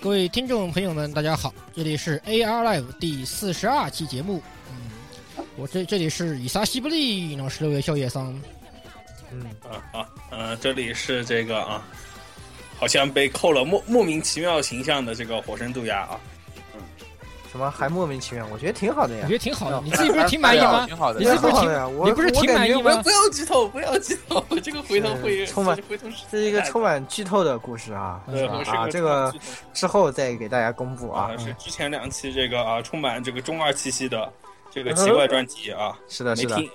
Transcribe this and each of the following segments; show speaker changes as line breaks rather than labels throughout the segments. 各位听众朋友们，大家好，这里是 AR Live 第四十二期节目。嗯，我这这里是以撒西布利，然后十六位宵夜桑。
嗯，
啊啊，呃，这里是这个啊，好像被扣了莫莫名其妙形象的这个火神渡鸦啊，
什么还莫名其妙？我觉得挺好的
我
呀
觉，得挺好的，
嗯
你自己不是挺满意吗？
挺好的
你。是不是挺
挺好的呀？我
你不是挺满意
我感觉
不要
吗？
不要剧透，不要剧透，这个回头会
是充满
回头是
这是一个充满剧透的故事啊，
对，
啊
我是
啊
个
这
充满
个
剧透
之后再给大家公布啊
啊，。
嗯
是之前两期这个啊，充满这个中二气息的这个奇怪专辑啊，
是的，嗯
没
是的，
听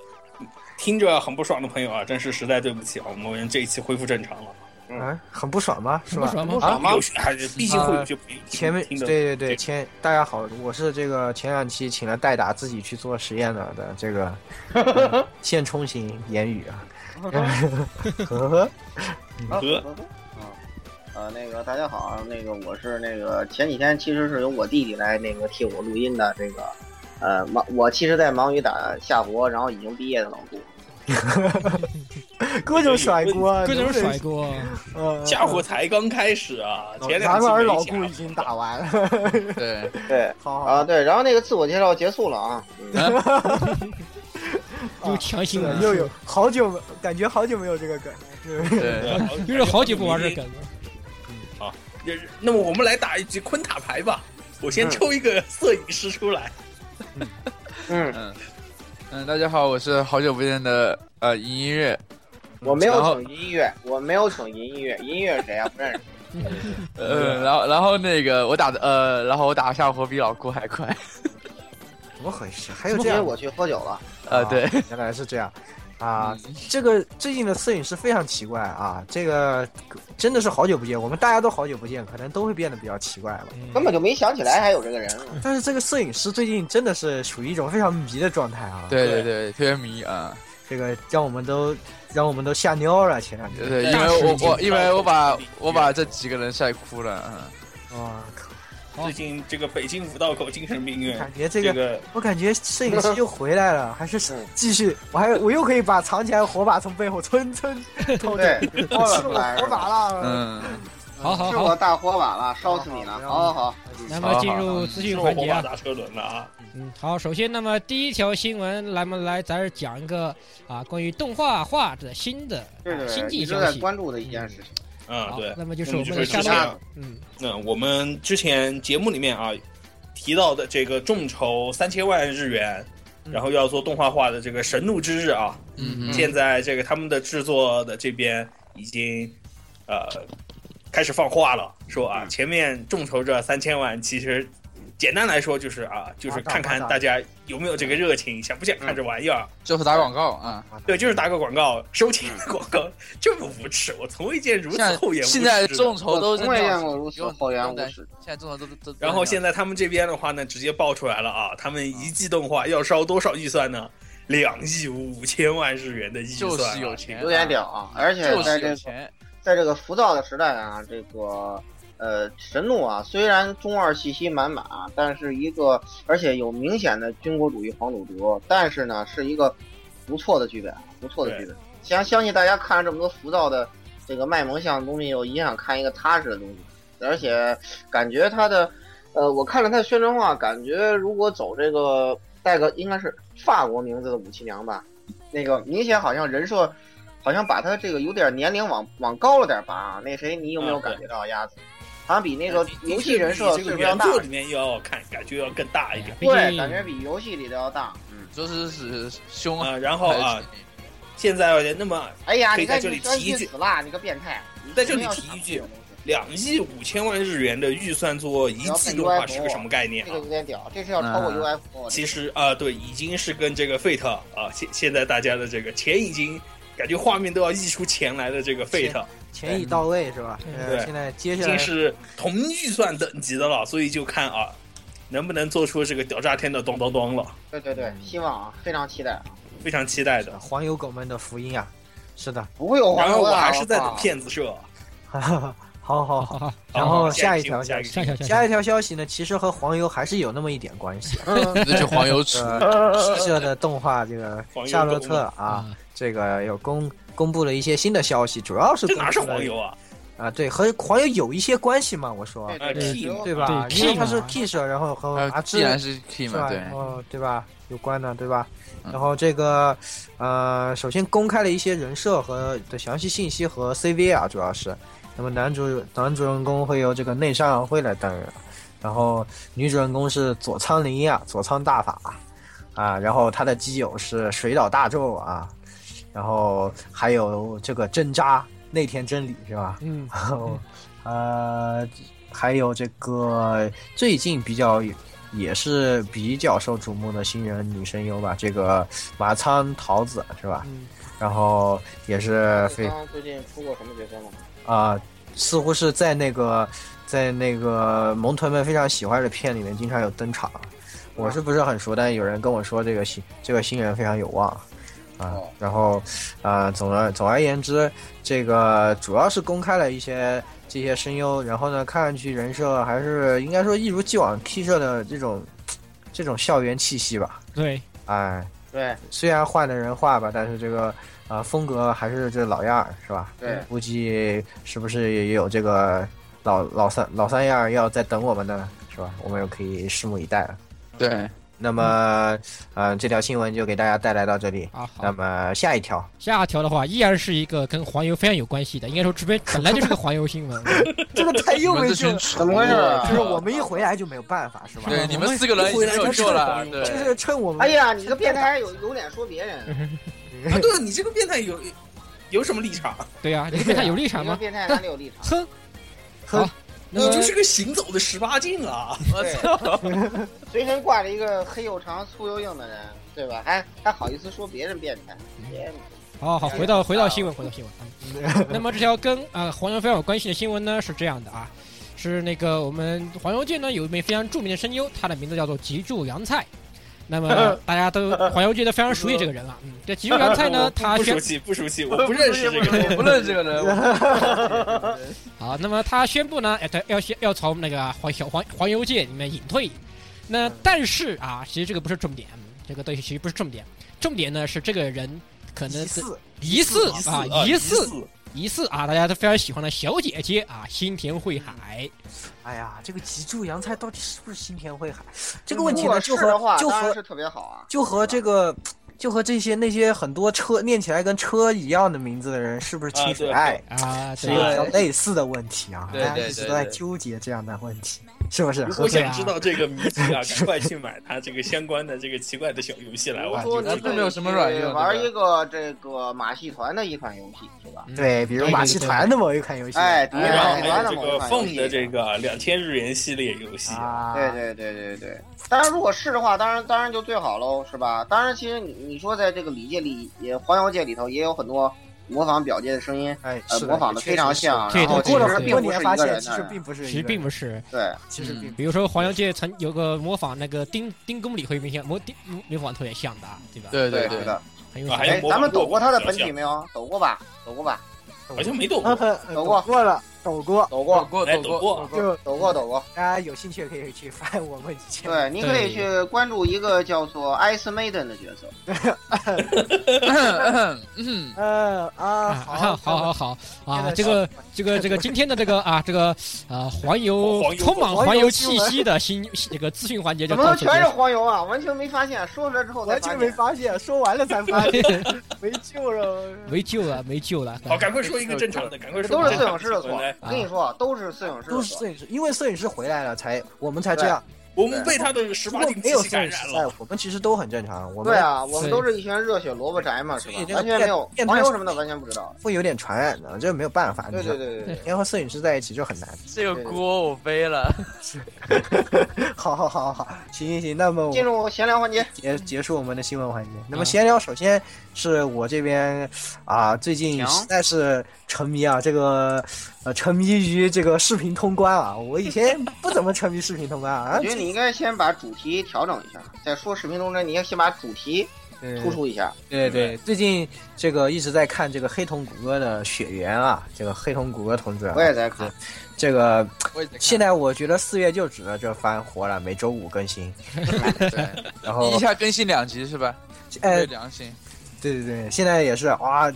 听着很不爽的朋友啊，真是实在对不起啊，我们这一期恢复正常了，
啊，很不爽吗？是
很不
吧？
爽吗？
啊
有些还是毕竟会有些朋友听
啊前面
听
对对
着
对，
这
前大家好，我是这个前两期请了代打自己去做实验的的这个 嗯现充型言语啊，呵呵，
啊
和
呃，那个大家好啊，那个我是那个前几天其实是由我弟弟来那个替我录音的，这个呃忙我其实在忙于打夏活，然后已经毕业的农户，
各种甩锅，啊
各种甩锅，
嗯，
家伙才刚开开始啊，
嗯，
前两
难
期
怪
没
老
下
顾已经打完了，
对，
对
好好
啊对，然后那个自我介绍结束了啊，嗯
又强
是
行啊
的
了，
又有好久没感觉好久没有这个梗，对，
对，
又是好久不玩这梗了。
也是那么我们来打一局昆塔牌吧，我先
嗯
抽一个摄影师出来。
嗯，
嗯嗯，大家好，我是好久不见的呃银音乐，
我没有
然后
请音乐，我没有请银音乐，银乐是谁啊？不认识，
呃，然后然后那个我打的呃，然后我打下火比老顾还
啊
快，
怎么回事？啊还有
因
这
为
样
我去喝酒了，
呃，对，，
原来是这样啊。这个最近的摄影师非常奇怪啊，这个真的是好久不见，我们大家都好久不见，可能都会变得比较奇怪了。
嗯
根本就没想起来还有这个人，
但是这个摄影师最近真的是处于一种非常迷的状态啊，，
对对对，特别迷啊，
这个让我们都让我们都吓尿了前两天
对，因为我我因为我把我把这几个人晒哭了，
啊，靠
好
最近这个北京五道口精神病院，
感觉这
这
个。
个
我感觉摄影师又回来了，还是
嗯
继续，我 还我又可以把藏起来的火把从背后抻抻掏出来，
对，
是
冒了出来
我火把
啊
了，
嗯
好好
是
好
我，大火把了，烧死你了，好好好，
那么进入资
是
讯
我
环
火
节
把
啊。
砸车轮了啊！
嗯，好，首先那么第一条新闻，咱们来咱是讲一个啊，关于动画画的新的
对对
啊新
对，
技
一直
消
在
息。
关注的一件事情，
嗯，
好
对，，
那么就是
那
我
么就
们
是
的夏
之
之
洛
前
前
特，
啊
嗯，
那我们之前节目里面啊提到的这个众筹三千万日元，
嗯
然后要做动画化的这个《神怒之日》啊，
嗯
现在这个他们的制作的这边已经呃开始放话了，说啊
嗯
前面众筹这三千万，其实简单来说就是
嗯
啊，就是看看大家有没有这个热情，想不想看这玩意儿。
就是打广告啊，
对，就是打个广告，收钱的广告，这么无耻，我从未见如
现
此
在
厚颜无耻
现
的。
在众筹都
我
是
从未见过如此厚颜无耻，
现在众筹都都，
然后现在他们这边的话呢，直接爆出来了啊，他们一季动画要烧多少预算呢？两亿五千万日元的预算啊，
就是有钱，
有点屌啊，而且
嗯就
在
是
这
有
个。
钱，
在这个浮躁的时代啊，这个呃神怒啊，虽然中二气息满满，啊，但是一个而且有明显的军国主义黄赌毒，但是呢是一个不错的剧本，啊不错的剧本。相相信大家看了这么多浮躁的这个卖萌像的东西以后，一定想看一个踏实的东西，而且感觉它的呃，我看了它的宣传画，感觉如果走这个带个应该是法国名字的武器娘吧，那个明显好像人设。好像把他这个有点年龄往往高了点拔啊。那谁，你有没
嗯
有感觉到鸭子？好像比那个游戏人设
哎这
岁
个
数要
原
大
作，里面要看，感觉要更大一点。
毕
对，
竟
感觉比游戏里的要大。嗯，
就是是凶
啊、
啊，
然后
还
啊，
是
现在那么
哎呀，
可以
你
在
看
这里
你专
提一
心
句
死啦，你个变态！你
在这里提一句，两亿五千万日元的预算做一季动画是个什么概念
这
啊
个？有点屌，这是要超过
嗯
UFO 的。
其实啊、对，已经是跟这个 Fate 啊，现现在大家的这个钱已经感觉画面都要溢出啊钱来的这个 Fate
钱已到位是吧？
对
呃
嗯对
现在接
已
下
经
来
是同预算等级的了，所以就看啊，能不能做出这个屌炸天的咚咚咚了，
对对
嗯
对，希望啊，非常期待啊，
非常期待的。
黄油狗们的福音啊！是的，
不会有黄
然后
油
我
的啊。
还是在
我
等
靠
骗子社，啊
好好好。
好好，
然后
下
下一条消
下一
息，
下
条，
一条，下
下
一
一条消息呢，其实和黄油还是有那么一点关 系。
嗯
那就黄 油厨，
呃，试射的动画这个
黄油
夏洛特
条
啊，，这个有公公布了一些新的消息，主要是
这哪是
公布了
黄油啊？
啊、啊，对，和黄油有一些关系嘛，我说，
对
对
对
对吧？
对
因为
King 啊
他是
嘛
Kiss，然后和
呃
阿
啊
既
志
啊
然是 key
是
嘛，
吧？
对，
哦，对吧？有关的，对吧？
嗯
然后这个，呃，首先公开了一些人设和的详细信息和 CV 啊，主要是，那么男主男主人公会由这个内山昂辉来担任，然后女主人公是佐仓绫啊，佐仓大法啊，然后他的基友是水岛大宙啊，然后还有这个真扎内田真理是吧？
嗯，
然后呃，还有这个最近比较也是比较受瞩目的新人女声优吧，这个马仓桃子是吧？
嗯
然后也是非
对。刚最近出过什么角色吗？
啊、似乎是在那个在那个萌豚们非常喜欢的片里面经常有登场。我是不是很熟？但有人跟我说这个新这个新人非常有望啊
哦。
然后啊、总而总而言之，这个主要是公开了一些这些声优，然后呢，看上去人设还是应该说一如既往 T 社的这种这种校园气息吧。
对，
哎，
对
虽然换了人画吧，但是这个啊、呃风格还是这老样儿，是吧？
对，
估计是不是也有这个老老三老三样儿要在等我们呢，是吧？我们也可以拭目以待了。
对，
那么，呃，这条新闻就给大家带来到这里。
啊
那
好，
么下一条，
下条的话依然是一个跟黄油非常有关系的，应该说这边本来就是个黄油新闻，
这个太
你
幼
们这
稚
群
了，
怎
怎么回事啊
就是我们一回来就没有办法，是吧？
对，你们四个人已经没有救了，对，
就是趁我们
哎呀，你这变态有有脸说别人，
啊，对了，你这个变态有有什么立场？
对啊，你对他有立场
你这
吗？
变态哪里有立 场？
哼，
哼
好，
你
那么
呃就是个行走的十八禁啊！
我
对
操，
随身挂着一个黑又长粗又硬的人，对吧？还还好意思说别人变态？别人
好好，回到回到新闻，回到新闻。嗯那么这条跟呃黄油非常有关系的新闻呢是这样的啊，是那个我们黄油界呢有一名非常著名的声优，他的名字叫做吉住洋菜。那么大家都黄油界都非常熟悉这个人啊，嗯，这吉住洋菜
我
呢，
不
他
不
宣
熟悉，不熟悉，我不认识这个
我
人。
不认识这个人，
好，那么他宣布呢，哎，他要先要从那个黄小黄黄油界里面隐退。那但是啊，其实这个不是重点，嗯这个东西其实不是重点，重点呢是这个人可能
疑
是
似
疑似
疑似
啊
啊，
疑
疑
似疑似啊，大家都非常喜欢的小姐姐啊，新田惠海。
哎呀，这个脊柱洋菜到底是不是新田惠海？这个问题
如
呢，
果
就是和
的话，
就
当然
和
是特别好啊。
就和这个，就和这些那些很多车念起来跟车一样的名字的人，是不是清水爱，
啊，
是
对
一个
啊
比较类似的问题啊？
对
大家
对
一直
对
都在
对
纠结这样的问题，是不是？
如
何
果
解
对
想
啊
知道这个谜题啊，赶快去买它这个相关的这个奇怪的小游戏来玩。
说
这
你
个没有什么软硬
玩
对
一个这个马戏团的一款游戏是吧？
对，比如马戏团的某一款游戏，
哎，对，
然后
马戏
还
团
有
的
这
某一
个
款游
凤
戏
的这个两千日元系列游戏，
啊，
对对对对对，当然如果是的话，当然当然就最好喽，是吧？当然，其实你你说在这个礼界里，也黄油界里头也有很多模仿表界的声音，
哎，
呃，
是
模仿的非常像，
确实
然
是
后
对
其
过了
实
很
并
多
不是
年，
一
发
个
现
人
其实
的
并不是一个人，
其实并不是。
对
其实并不
比如说黄油界曾有个模仿那个丁丁公理会明显模丁模仿特别像的，啊，对吧？，
对对
对
对，
的。
很有
啊还有
哎，
想
模
咱
仿
们
过
抖过他的
比较
本体
像
没有？抖过吧，抖过吧，
好像没动
嗯
过。
哼
抖过
过了，抖过，
抖
躲
过，
过
哎，
躲
抖过，
就
抖过，抖过。
大家有兴趣可以去翻我们以前
对，你可以去关注一个叫做 Ice Maiden 的角色，
嗯，
呃啊，
啊， 好好好
好，现
啊，
在
这个这个这个今天的这个啊这个啊黄
哦
油
黄油
充满
黄油
黄油
新
气
闻
息的新这个资讯环节就
怎么
到
能
此
全
结
是
束。
黄油啊？完全没发现，说出来之后才
完
发
全没
现。
发现，说完了才发现，没救了。
没救了，没救了！
好，赶快说一个正常的，赶快说一
都
个
是
正
摄
常
影师的
新
错
闻来，
我跟你说，都是摄影师的
都是
错。
摄影师，因为摄影师回来了才我们才这样。
我们被他的十
如
八
果
禁
没
气
有
息
摄
感
影师
染
在
了。，
我们其实都很正常。我们
对啊，我们都是一群热血萝卜宅嘛，是吧
所以？这个
完全没有
变变态
黄油什么的，完全不知道。
会有点传染的，这没有办法。
对
你知道
对对对对，
你要和摄影师在一起就很难。
这个锅我背了，
好好好好，行行行，那么我
进嗯
们
入闲聊环节。
结结束我们的新闻环节。那么
啊
闲聊，首先是我这边啊，最近
行
实在是沉迷啊，这个呃沉迷于这个视频通关啊。我以前不怎么沉迷视频通关啊
我，觉得你应该先把主题调整一下，在说视频中间，你要先把主题
嗯
突出一下。
对对，最近这个一直在看这个黑瞳谷歌的血缘啊，这个黑瞳谷歌同志、啊
我，也在看，
这个
我也在看
现在我觉得四月就指着这番活了，每周五更新，
对
然
一
后
下更新两集是吧？
哎
有，良心，
对对对，现在也是哇，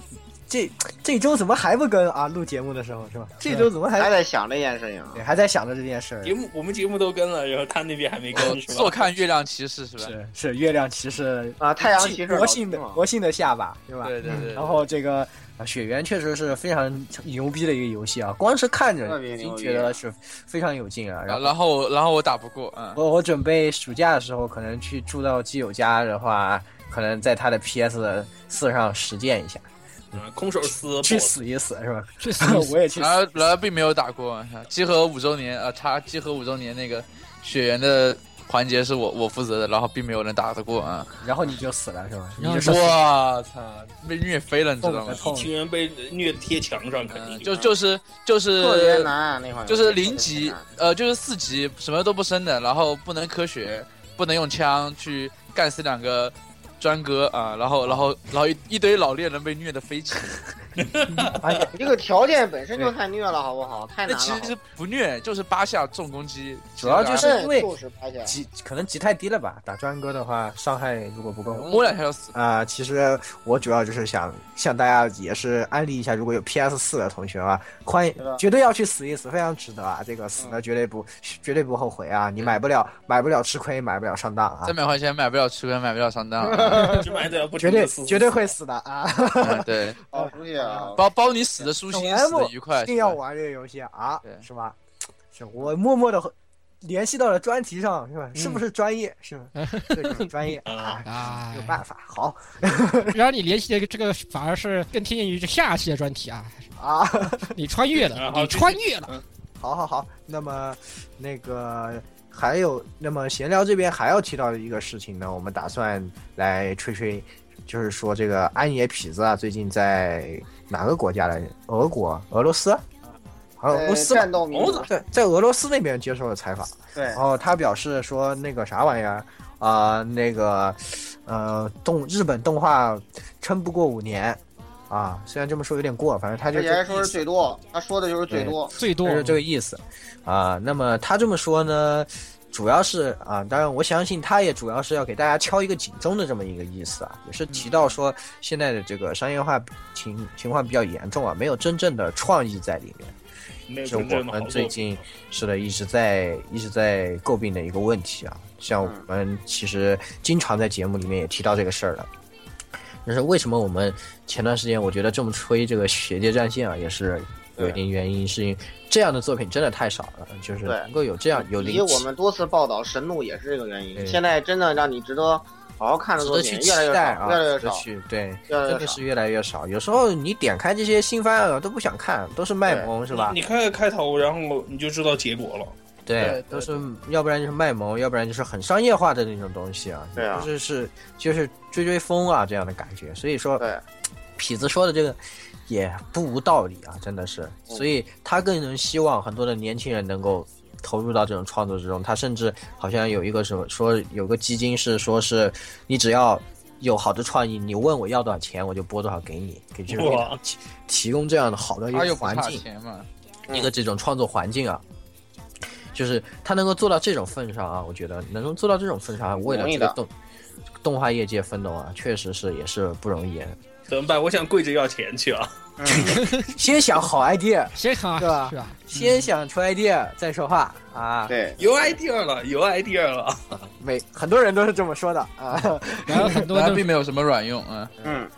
这这周怎么还不更啊？录节目的时候是吧？这周怎么
还
还
在想这件事情啊。
对还在想着这件事儿？
节目我们节目都跟了，然后他那边还没跟，是
坐
吧？
看月亮骑士是吧？
是是月亮骑士
啊太阳骑士
国性的
老师嘛
国性的下巴对吧？
对对对。
然后这个啊雪原确实是非常牛逼的一个游戏啊，光是看
特
着
别
已经
牛逼啊
觉得是非常有劲啊。然后
然后然后我然后我打不过，嗯，
我我准备暑假的时候可能去住到基友家的话，可能在他的 PS 四上实践一下，
啊空手撕
去
boss，
死一死是吧？
去 死一死
我也去死
然而然而并没有打过。集合五周年啊，差集合五周年那个血缘的环节是我我负责的，然后并没有人打得过啊。
然后你就死了是吧？
然后
你就是
我操，被虐飞了，你知道
痛
吗
的？痛
一群人被虐贴墙上，肯定
嗯，就就是就是
特别难啊，那款游戏
就是零级
啊
特别难，
呃，就是四级，什么都不升的，然后不能科学，不能用枪去干死两个专哥啊，然后然后然后一一堆老猎人被虐的飞起，
哎呀，
你这个条件本身就太虐了，好不好？太
那
难了
其
好
实
不
是不虐，就是八下重攻击，
主要就
好，哎
是因为
就是拍下来。
级可能级太低了吧？打专哥的话，伤害如果不够
摸两下就死。
啊、其实我主要就是想向大家也是安利一下，如果有 PS 四的同学啊，欢迎
是的
绝对要去死一死，非常值得啊！这个死了绝对不、绝对不后悔啊！你买不了买不了吃亏，买不了上当啊
三！百块钱买不了吃亏，买不了上当。啊
只买的不
绝
停
对
地撕
绝对会死的啊！
嗯对，
好熟悉啊！
包包你死的舒心，
M
死的愉快。
一定要
是吧
玩这个游戏啊
对，
是吧？是我默默的联系到了专题上，是吧？是
嗯
不是专业？是 吧？对，就是专业啊，
啊
没有，办法，好
然后你联系的这个反而是更贴近于这下期的专题啊，
啊。
你穿越了
然，后
你穿越了，
好好好，那么那个还有，那么闲聊这边还要提到一个事情呢，我们打算来吹吹，就是说这个安野痞子啊，最近在哪个国家来着？俄国、俄罗斯，好像俄罗
呃
斯吧
战斗民族，
对，在俄罗斯那边接受了采访，
对
然，后他表示说那个啥玩意儿啊、那个呃动日本动画撑不过五年啊，虽然这么说有点过，反正他就
而且
这
还
个
说
意
是
思
最多，他说的就是最多。
最多
哎就是这个意思啊。那么他这么说呢，主要是啊，当然我相信他也主要是要给大家敲一个警钟的这么一个意思啊，也是提到说现在的这个商业化情情况比较严重啊，没有真正的创意在里面，
没有
是
真
我
正的好
们
作
最
品
近是的一直在一直在诟病的一个问题啊。像我
嗯
们其实经常在节目里面也提到这个事儿了。但是为什么我们前段时间我觉得这么吹这个《学界战线》啊，也是有一定原因，是因为这样的作品真的太少了，就是
对
能够有这样有
以
灵
及我
气，
们多次报道神怒也是这个原因。
对
现在真的让你值得好好看的
值
作
得去
品
期
越来越
待
少，
啊，
越来越
值得
少，
去对，
越来
真
越
的
少
是。越来越少。有时候你点开这些新番啊，都不想看，都是卖萌是吧？
你看看开头，然后你就知道结果了。
对
对，
都是要不然就是卖萌，要不然就是很商业化的那种东西啊，
对啊
就是是就是追追风啊这样的感觉。所以说，
对，
痞子说的这个也不无道理啊，真的是。
嗯
所以他更能希望很多的年轻人能够投入到这种创作之中。他甚至好像有一个什么说有个基金是说是你只要。有好的创意，你问我要多少钱，我就拨多少给你，给就是给
哇
他提提供这样的好的一
他又
个
不
环
差
境。
钱嘛，
一
嗯
个这种创作环境啊，就是他能够做到这种份上啊，我觉得能够做到这种份上啊，为了
容易
这
的
个动动画业界奋斗啊，确实是也是不容易。
怎么办？我想跪着要钱去啊！
先想好 idea，
谁看
对吧
啊？是吧？
先想出 idea 再说话啊。
嗯对，
有 idea 了，有 idea 了。
每很多人都是这么说的啊。
然后 很多
然后
都
并没有什么卵用啊。
嗯，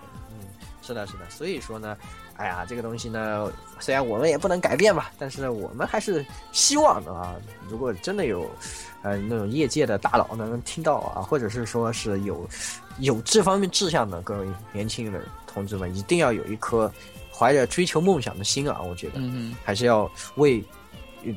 是的，是的。所以说呢，哎呀，这个东西呢，虽然我们也不能改变吧，但是我们还是希望的啊。如果真的有，呃，那种业界的大佬能听到啊，或者是说是有有这方面志向的各位年轻人同志们，一定要有一颗怀着追求梦想的心啊！我觉得
嗯
还是要为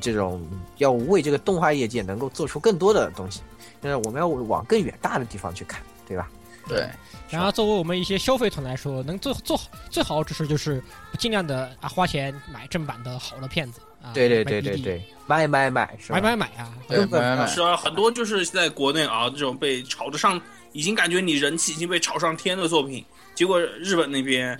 这种要为这个动画业界能够做出更多的东西，但是我们要往更远大的地方去看，对吧？
哼，对，
然后作为我们一些消费团来说，能做做好最好的支持就是尽量的啊花钱买正版的好的片子啊，
对对
买
对对
DVD，
对，买买买是吧？
买买买啊，
对，买买 买。
是啊，很多就是在国内啊，这种被炒得上，已经感觉你人气已经被炒上天的作品，结果日本那边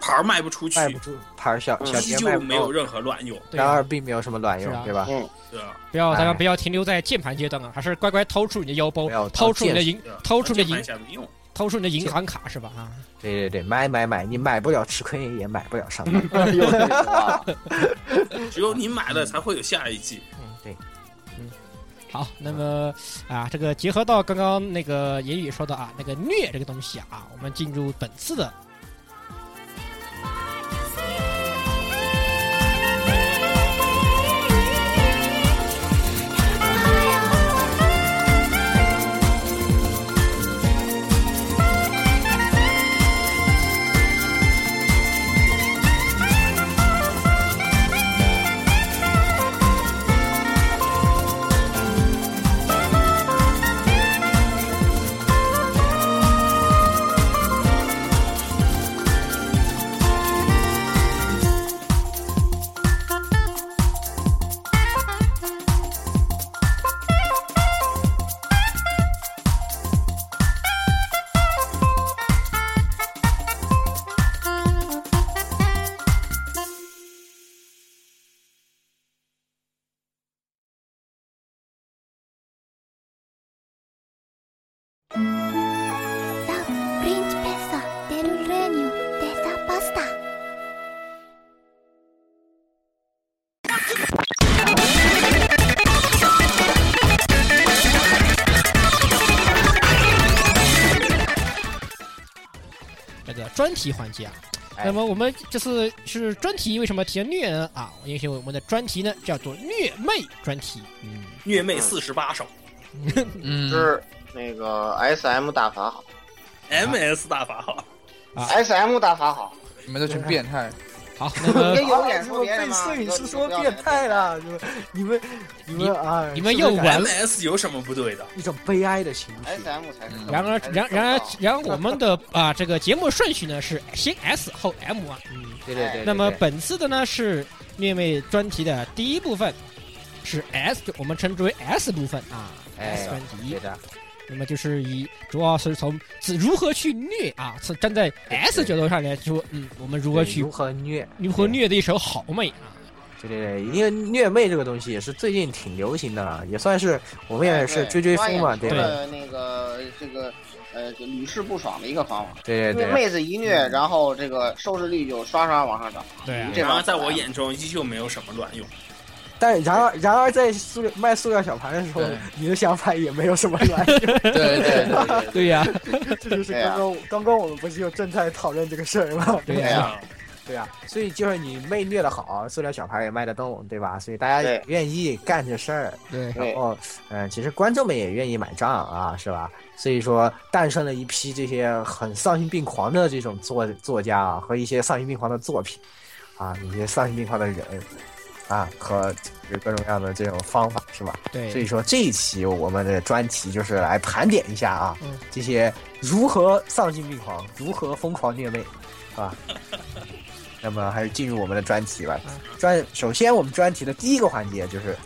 牌儿卖不出去，
卖不出牌儿小小碟
依
卖
旧
不
没有
到，
任何卵用，
对
然而并没有什么卵用
是啊，
对 吧？
嗯，
对吧？
不要大家
哎
不要停留在键盘阶段啊，还是乖乖掏出你的腰包
不要，掏
掏出你的银
对吧，啊
掏出你的
键盘
银
下没用，
掏出你的银行卡是吧？啊，
对对对，买买买，你买不了吃亏，也买不了上当。
哎
又是一个 啊
只有你买了才会有下一季。
好，那么啊，这个结合到刚刚那个言语说的啊，那个虐这个东西啊，我们进入本次的。
principessa del regno della pasta.
这个专题环节啊。
哎
那么我们这次是专题，为什么提了虐呢？啊，因为我们的专题呢叫做虐妹专题。嗯，
虐妹四十八首
嗯，
是那个 S M 大法好
，MS 大法好，
啊
，S M 大法好，
你们这群变 态，
好，那么
哎
别有脸说别人
啊被
吗？
摄影师
有
说
有
变态了，你们你们你们啊，
你们又
是不是
完了。
，MS 有什么不对的？
一种悲哀的情绪。
，S M 哎才是啊正道。
嗯然而
才，是
然
正
然而
道，
然而我们的啊、这个节目顺序呢是先 S 后 M 啊。嗯，
对
对对
那么本次的呢是虐妹专题的第一部分，是 S，就我们称之为 S 部分啊
哎
，S 专题
对。的，
那么就是以主要是从自如何去虐啊，从站在 S 角度上来说，嗯，我们如何
对
去
如何虐，
如何虐的一手好妹啊。
对对对，因为虐妹这个东西也是最近挺流行的啊，也算是我们也是追追风嘛，对
哎对
吧？
吧？那个这个呃屡试不爽的一个方法，
对对
因
嗯
为
对，
妹子一虐，然后这个收视率就刷刷往上涨。
对啊，
这
然
玩意
而
儿
在我眼中依旧没有什么卵用。
但然而然而在塑料卖塑料小盘的时候
对，
你的想法也没有什么卵 用，
对对 对
对呀、
这就是
对啊
刚刚刚刚我们不是又正在讨论这个事儿 吗？
对
对
呀、
啊
啊，
对啊，所以就是你妹虐的好，塑料小盘也卖得动，对吧？所以大家
对
也愿意干这事儿，
对
对
然后，嗯，其实观众们也愿意买账啊，是吧？所以说，诞生了一批这些很丧心病狂的这种作作家啊，和一些丧心病狂的作品，啊，一些丧心病狂的人，啊，和就是各种各样的这种方法，是吧？所以
对，
说这一期我们的专题就是来盘点一下啊，
嗯
这些如何丧心病狂，如何疯狂虐妹，是吧？ 那么还是进入我们的专题吧。
嗯
专首先我们专题的第一个环节就是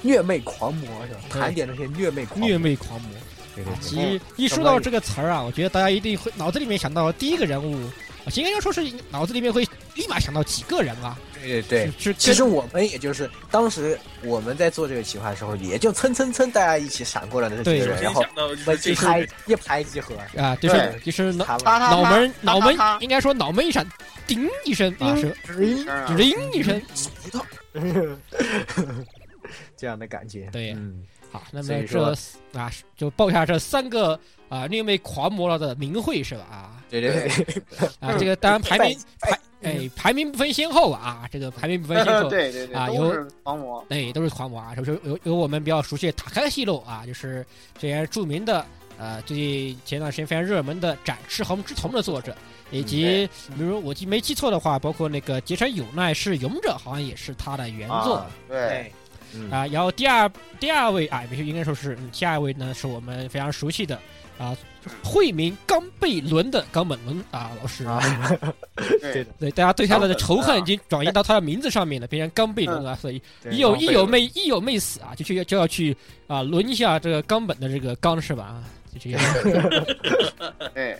虐妹狂魔，是吧？
对
盘点那些虐妹狂魔
虐，妹狂魔。
对
啊
对，
其
对，
实一说到这个词儿啊，我觉得大家一定会脑子里面想到第一个人物，啊，应该说是脑子里面会立马想到几个人啊。
对对对。
是
其
是
实
跟
我们也就是当时我们在做这个企划的时候，也就蹭蹭蹭大家一起闪过了那
对
啊
些人，
没
然后
想到
我
就
们
是这
一
个
拍一拍即合，
啊，就是就是脑
他们
啪啪
脑门
啪
脑门
啪啪
应该说脑门一闪，叮一声啊，是
直
声啊
铃一声。
石头，这样的感觉。
对
嗯，
好，那
所
么
以
这
说
啊就报下这三个啊虐妹狂魔了的名讳是吧？啊
对对对，
啊，这个当然排名
拜
排哎排名不分先后啊，这个排名不 分先后。
对对对
啊，
都
有
是狂魔。
哎，都是狂魔啊！首先有有我们比较熟悉的塔开西洛啊，就是这些著名的呃，最近前段时间非常热门的《展翅红之瞳》的作者，以及比如我记没记错的话，包括那个结城有奈是勇者，好像也是他的原作
啊
啊、
对，
嗯
然后第二第二位啊，也不是应该说是、嗯、第二位呢，是我们非常熟悉的啊，惠民冈贝伦的冈本伦啊老师。
啊，
对
的，
对，大家对他的
冈本
仇恨
啊
已经转移到他的名字上面了，变成冈贝伦了，所以
嗯对
一有
刚
一
被
有
轮
妹一有妹死啊，就去就要去啊轮一下这个冈本的这个冈是吧？啊，就 这样。
哎，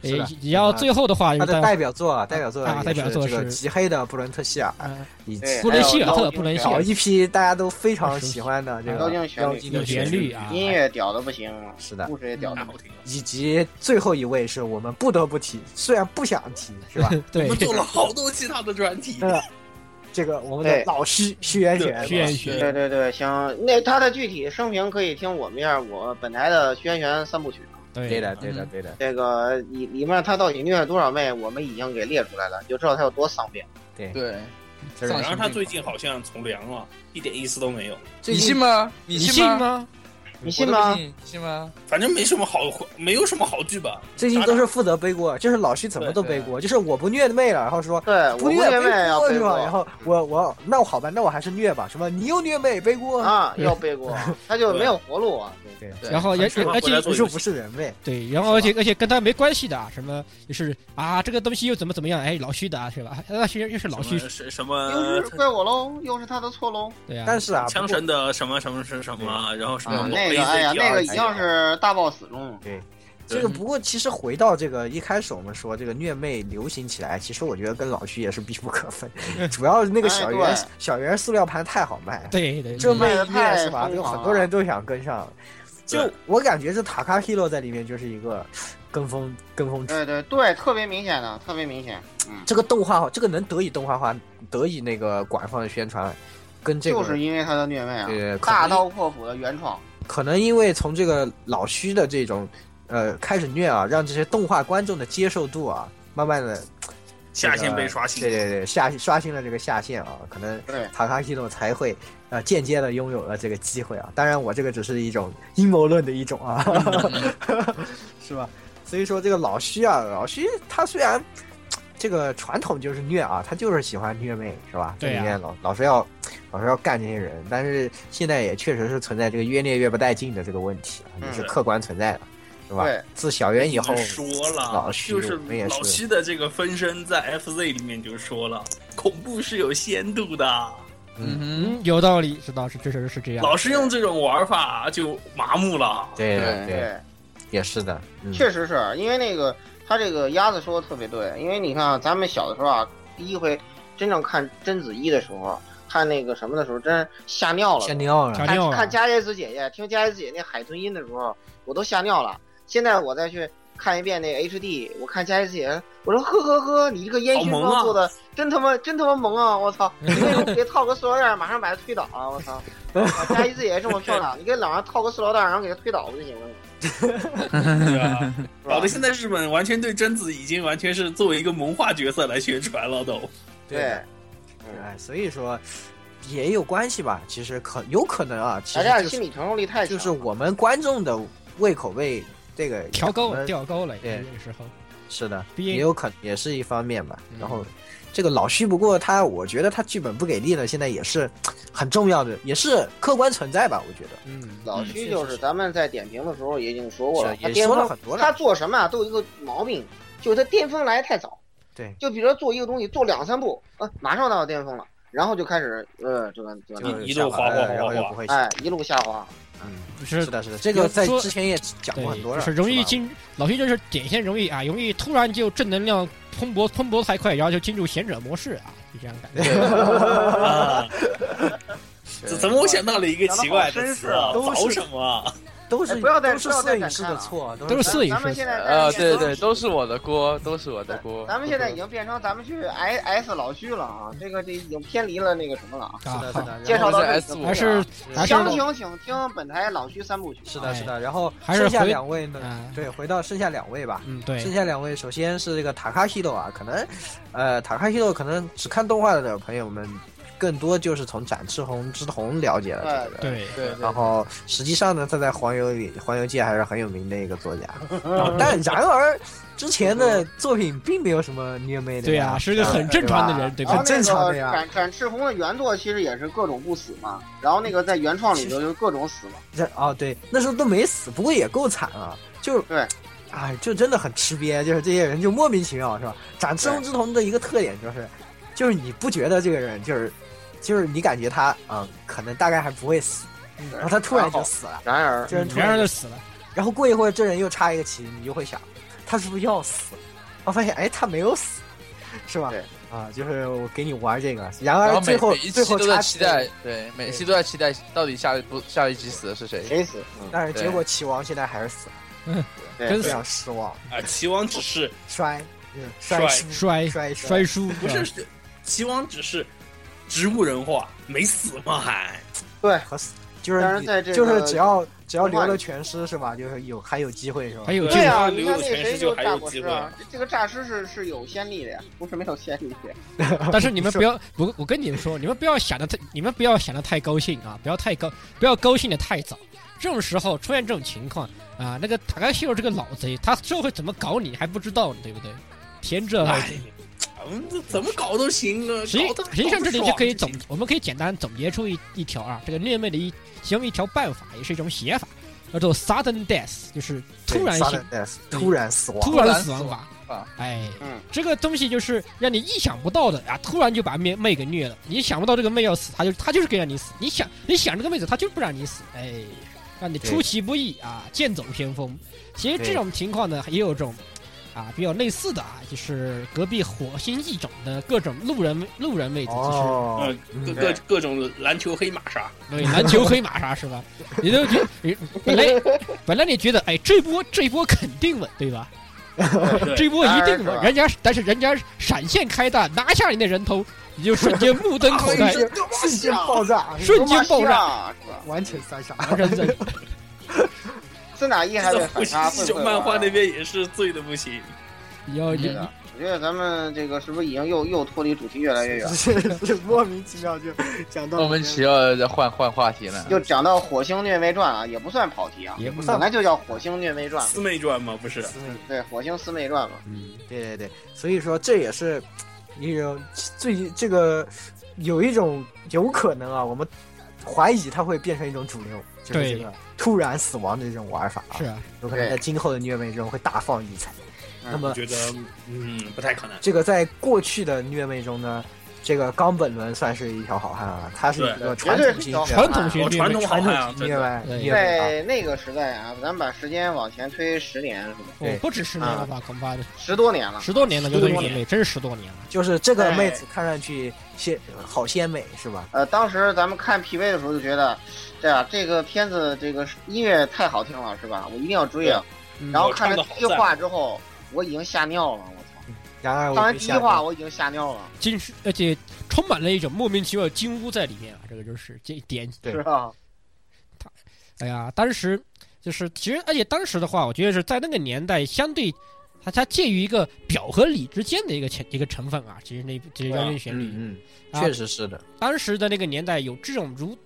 也
是的
也要最后的话，
他
就
的
大
代表作啊，代表作
啊
也
代表
是
作
这个
是
极黑的布伦特希尔，
嗯
以及
对
布伦希尔特
还有
布伦希
高
找
尔
进
一批大家都非常喜欢的这
高
个
进旋
标
律
啊
记
有
的
旋律啊，
音乐屌的不行，
是的，
故事也屌的
太
不
好
行。
听了。
以及最后一位是我们不得不提，虽然不想提，是 吧？
我
对
们，做了好多其他的专题，
那这个我们的
对
老师徐元玄，
徐元学
对对对，行，那他的具体生平可以听我们一下我本台的《轩辕三部曲》。
对
对
的，对的，对的，
这个里里面他到底虐了多少妹，我们已经给列出来了，你就知道他有多丧病。
对，
这
丧
个
然后
心
他
病
最近好像从良了，一点意思都没有，
你信吗？你
你
信
信
吗？
吗？
你
我
信
都不
吗？
信信吗？
反正没什么好，没有什么好剧本。
最近都是负责背锅，就是老徐怎么都背锅，就是我不虐妹了，然后说
对，我
不
虐妹要
锅
背
是吧？然
锅
后我我那我好吧，那我还是虐吧，什么你又虐妹背锅，
啊，要背锅，他就没有活路啊。
对，
对
然后也
是吧
而
回来
且
做
你说不是人妹，
对，然后而且而且跟他没关系的啊，什么就是啊，这个东西又怎么怎么样？哎，老徐的啊，是吧？那其实又是老徐
什，么是什
又
么
是怪我喽，又是他的错喽。
对啊，
但是啊，
枪
不过
神的什么什么是什么，然后什么
嗯
那个，哎呀，那个已经是大 boss 中。
这个不过其实回到这个一开始我们说这个虐妹流行起来，其实我觉得跟老徐也是必不可 分，主要那个小圆、
哎对
小圆塑料盘太好卖了，
对对，
这
嗯
妹一
卖
虐
得
是吧？
太疯
有
狂了
很多人都想跟上，就
对
我感觉这塔卡 hero 在里面就是一个跟风跟风者。
对对对，特别明显的，特别明显。嗯，
这个动画这个能得以动画化，得以那个广泛的宣传，跟这个
就是因为他的虐妹啊
对，可能
大刀阔斧的原创。
可能因为从这个老虚的这种呃开始虐啊，让这些动画观众的接受度啊，慢慢的
下线被刷新
对，对对，下刷新了这个下限啊，可能
对
塔卡系统才会呃间接的拥有了这个机会啊。当然，我这个只是一种阴谋论的一种啊，
嗯
是吧？所以说这个老虚啊，老虚他虽然这个传统就是虐啊，他就是喜欢虐妹，是吧？这
对啊
里面老老是要老是要干这些人，但是现在也确实是存在这个越虐越不带劲的这个问题啊，
嗯
也是客观存在的，是吧？
对，嗯
自小圆以后
你们，说了，
老徐
就是
我们也是
老徐的这个分身在 FZ 里面就说了，恐怖是有限度的。
嗯
嗯，有道理，是道是确实是这样。
老是用这种玩法就麻 木了。
对的，
对
对，也是的，嗯
确实是因为那个他这个鸭子说的特别对，因为你看啊，咱们小的时候啊，第一回真正看贞子一的时候，啊看那个什么的时候，真吓尿了。
吓尿了
吓。尿
看
了
看加耶子姐姐，听加耶子姐姐那海豚音的时候，啊我都吓尿了。现在我再去看一遍那 HD，我看加耶子姐姐，我说呵呵呵，你这个烟
好
熏
萌啊
妆做的真他妈真他妈萌啊！我操，你为什么不给套个塑料袋儿，马上把它推倒啊！我操，啊加耶子姐姐这么漂亮，你给老上套个塑料袋儿，然后给它推倒不就行了吗？
对 啊，
是吧
搞得现在日本完全对贞子已经完全是作为一个萌化角色来宣传 了都。
对。
哎，所以说也有关系吧。其实可有可能啊，其
大家
实
的
就
心
是
理承受力太强
就
了，
是我们观众的胃口被这个
调高
我
了，
们
调高了，
对
有时候
是的，
毕竟
也有可也是一方面吧。
嗯
然后这个老徐，不过他我觉得他剧本不给力呢，现在也是很重要的，也是客观存在吧。我觉得
嗯，
老徐就是咱们在点评的时候也已经说过了，
是
他
也
巅
说了
峰
很多
他
了。
做什么啊都有一个毛病，就是他巅峰来得太早。
对，
就比如说做一个东西做两三步，啊，马上到巅峰了，然后就开始呃这个这
就
个，
是
一
下
路滑
滑
滑
然后
滑
就
滑
不会嗯
哎，一路下滑。
嗯就是
是的，是的，这个在之前也讲过很多
对，就
了，
是容易
吧
进，老徐就是典型容易啊，容易突然就正能量喷薄喷薄太快，然后就进入贤者模式啊，就这样感觉。
啊，怎怎么我想到了一个奇怪的词啊？
讲得好绅士啊
搞什么啊？
都是
哎不要再
都是
不要再
摄影
感
师
叹
的
了啊
错，
都是
摄
摄影
咱们
师
现在
嗯
啊，
在
对对，都是我的锅，都是我的锅。
咱们现在已经变成咱们去 I S 老徐了啊，这个这已经偏离了那个什么了啊。
啊，
的，是
好
的，
介绍到这里就
我
不了啊
们
还是还是
详情请听本台老徐三部曲。
是的，
哎
是的。然后
还是
剩下
回
两位呢？
啊，
对，回到剩下两位吧。
嗯，对
剩，下两位，首先是这个塔卡希豆啊，可能，呃，塔卡希豆可能只看动画的朋友们，更多就是从展翅红之瞳了解了这个人。
哎对，
对，
然后实际上呢，他在黄油里，黄油界还是很有名的一个作 家。
哦
但然而，之前的作品并没有什么虐妹的呀。
对啊，是个很正常的人，对
然
吧
后？哦那
很正常
个
的呀
展展翅红的原作其实也是各种不死嘛，然后那个在原创里头就是各种死嘛。
这哦，对，那时候都没死，不过也够惨啊，就是
对，
哎，就真的很吃瘪，就是这些人就莫名其妙，是吧？展翅红之瞳的一个特点就是，就是你不觉得这个人就是，就是你感觉他啊、嗯可能大概还不会死，然后他突然就死了，
然而，
这人突
然而
然
嗯
就
就
死了，
然后过一会儿这人又插一个旗，你就会想，他是不是要死？然后发现哎，他没有死，是吧
对？
啊，就是我给你玩这个，然
然
而
后
最
每
后
每一
最
期
后
都在
插旗
期待，对，每
对
期都在期待到底下一步下一集死的是谁。
谁死？嗯，
但是结
对
果棋王现在还是死了，
对
真
非
是
常失望，
啊，棋王只是
摔，嗯
摔
输，
摔
摔
摔书
不是棋王只是植物人化，没死嘛还。
和死，就是
当然
你
在这
就是
个
只要只要
动
留
画
了
里
全尸是吧？就是有还有机会是吧？
还有
对
这
对
个
啊，
这
你
个
看
刘
那
全
谁
是就还
炸
有
果
机
师
会
啊，这个诈尸是是有先例的呀，不是没有先例的。
但是你们不要，我我跟你们说，你们不要想的太，你们不要想的太高兴啊，不要太高，不要高兴的太早。这种时候出现这种情况啊，那个塔卡西罗这个老贼，他之后会怎么搞你还不知道呢，对不对？天知道他会
哎，我们这怎么搞都行啊，
嗯实际
搞得
实际上这里就可以总
搞得爽就行，
我们可以简单总结出一一条啊，这个虐妹的一其中一条办法，也是一种写法，叫做 sudden death，就是突然性、
的突然死亡，
突然死亡法
突然死亡。
哎，
嗯
这个东西就是让你意想不到的啊，突然就把妹妹给虐了，你想不到这个妹要死，她就她就是可以让你死，你想你想这个妹子，她就不让你死，哎，让你出其不意啊，剑走偏锋。其实这种情况呢，也有种。啊，比较类似的啊，就是隔壁火星异种的各种路人路人妹子，就是、
哦，
嗯各
嗯
各各种篮球黑马杀，
对，篮球黑马啥是吧？你都觉你本来本来你觉得，哎，这波这波肯定稳，对吧？
对，
这波一定
当然是
稳，
吧
人家但是人家闪现开大，拿下你的人头，你就瞬间目瞪口 呆，
瞬间爆炸，
瞬间爆炸，
炸是吧？
完成三杀，
人人
司马懿还得反
这
杀，会不
种
会
漫画
玩
那边也是醉的不行。
你要你
这啊个，我觉得咱们这个是不是已经又又脱离主题越来越远？
是是莫名其妙就讲到
莫名其妙的换换话题了，
又讲到《火星虐妹传》啊，也不算跑题啊，
也不
本
算
来就叫《火星虐妹传》。
四妹传吗？不是，
对，《火星四妹传》嘛，
嗯，
对对对，所以说这也是一种最这个有一种有可能啊，我们怀疑它会变成一种主流，就是
对
这个突然死亡的这种玩法啊
是，啊，
有可能在今后的虐妹中会大放异彩。
嗯
那
我
么
觉得嗯不太可能。
这个在过去的虐妹中呢，这个冈本伦算是一条好汉啊，他是一个传统型
对
虐
传
妹
统型
我
虐
传
妹
统好
哦传
汉啊
统，型
真
虐
的。
妹
对
虐妹啊，
在那个时代啊，咱们把时间往前推十年是吧？
哦不止十年了吧，恐怕
十多年了，
十多年了，这个
十多
姐
年
妹真是十多年了，
就是这个妹子看上去鲜好鲜美是吧？
呃，当时咱们看 PV 的时候就觉得，对啊，这个片子这个音乐太好听了，是吧？我一定要追啊！
嗯
然后
我
看
唱
了
得
第一
好赞
话之后，我已经吓尿了，我操！
然而
看
我
完
被
第一
吓
话
到，
我已经吓尿了，
进去，而且充满了一种莫名其妙的惊呼在里面啊，这个就是这一点
对
是吧？
哎呀，当时就是其实，而且当时的话，我觉得是在那个年代，相对它它介于一个表和里之间的一个成一个成分啊，其实那这
对啊
摇滚旋律，
嗯
啊
嗯，确实是的，
当时的那个年代有这种如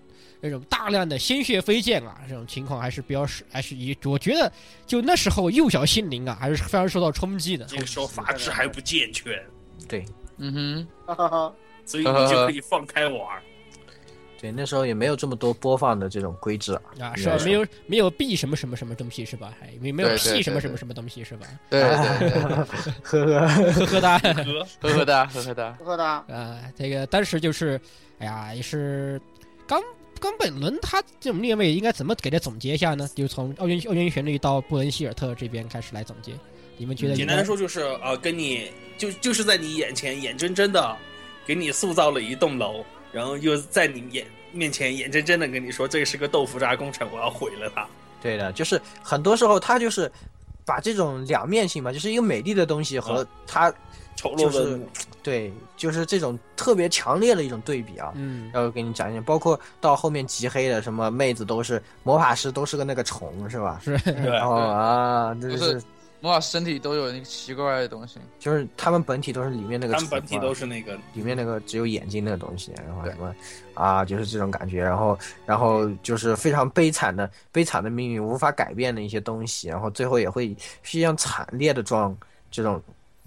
那种大量的鲜血飞溅啊，这种情况还是比较是还是以我觉得就那时候幼小心灵啊，还是非常受到冲击的。
这个时候法制还不健全，
嗯哼，
哈哈哈。
所以你就可以放开玩儿。
对，那时候也没有这么多播放的这种规制啊。
啊，是吧
没？错
没有没有 B 什么什么什么东西是吧？还没没有
对对
P 什么
对
什么
对
什么东西是吧？
对对对，
呵呵，
呵呵哒。
哥，
呵呵哒，呵呵哒，
呵呵哒，
啊，这个当时就是，哎呀，也是冈冈本伦他这种虐妹应该怎么给他总结一下呢？就从奥运奥运旋律到布伦希尔特这边开始来总结，你们觉得应
简
该
单说就是呃，跟你就就是在你眼前眼睁睁的给你塑造了一栋楼，然后又在你眼面前眼睁睁的跟你说这是个豆腐渣工程，我要毁了它。
对的，就是很多时候他就是把这种两面性嘛，就是一个美丽的东西和他、
丑陋
就
的
是对，就是这种特别强烈的一种对比啊。
嗯，
要给你讲一讲，包括到后面极黑的什么妹子都是魔法师，都是个那个虫是吧？
是
对
然后啊，这就
不
是
是魔法身体都有那个奇怪的东西，
就是他们本体都是里面那个
他
虫啊
们
嘛，
本体都是那个
里面那个只有眼睛那个东西，然后
对
什么啊，就是这种感觉，然后然后就是非常悲惨的悲惨的命运，无法改变的一些东西，然后最后也会非常惨烈的状这种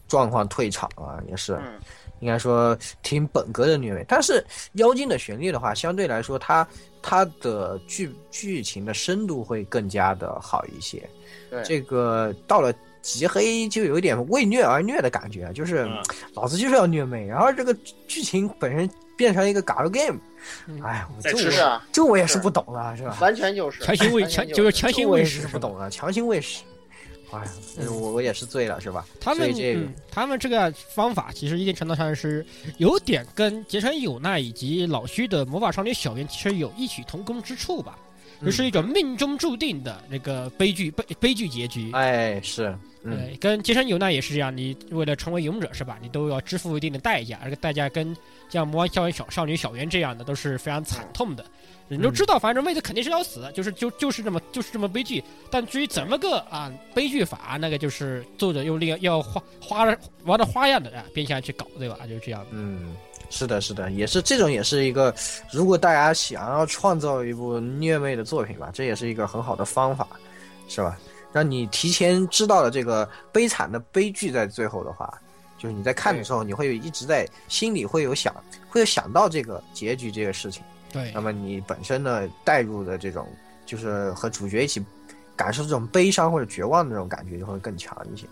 状况退场啊，也是
嗯，
应该说挺本格的虐妹。但是妖精的旋律的话，相对来说它它的剧剧情的深度会更加的好一些。
对
这个到了。极黑就有一点为虐而虐的感觉，就是、
嗯
老子就是要虐妹，然后这个剧情本身变成一个 gal game
嗯。
哎，我
在
这
吃
是
我
啊，
这我也是不懂了，是吧？
完全就是
强行喂
完
强
全
就是
是
强
这
行
我
喂
也
食
是不
什么的。
懂了，强行喂食。哎呀，
嗯
我我也是醉了，是吧？
他
所
们
以这个
嗯，他们这个方法其实一定程度上是有点跟结城友奈以及老虚的魔法少女小圆其实有异曲同工之处吧，就是一种命中注定的那个悲剧悲悲剧结局。
哎，是，嗯，
对，呃跟结城友奈也是这样，你为了成为勇者是吧，你都要支付一定的代价，而这个代价跟像魔王校园小少女小圆这样的都是非常惨痛的。你都知道，反正妹子肯定是要死的，就是就就是这么就是这么悲剧。但至于怎么个啊悲剧法，那个就是作者用另要花花了玩的花样的啊编下去搞，对吧？就是这样的。
嗯，是的，是的，也是这种，也是一个，如果大家想要创造一部虐妹的作品吧，这也是一个很好的方法，是吧？让你提前知道了这个悲惨的悲剧在最后的话，就是你在看的时候，你会一直在心里会有想，会有想到这个结局这个事情。
对
那，么你本身呢带入的这种，就是和主角一起感受这种悲伤或者绝望的这种感觉，就会更强一些，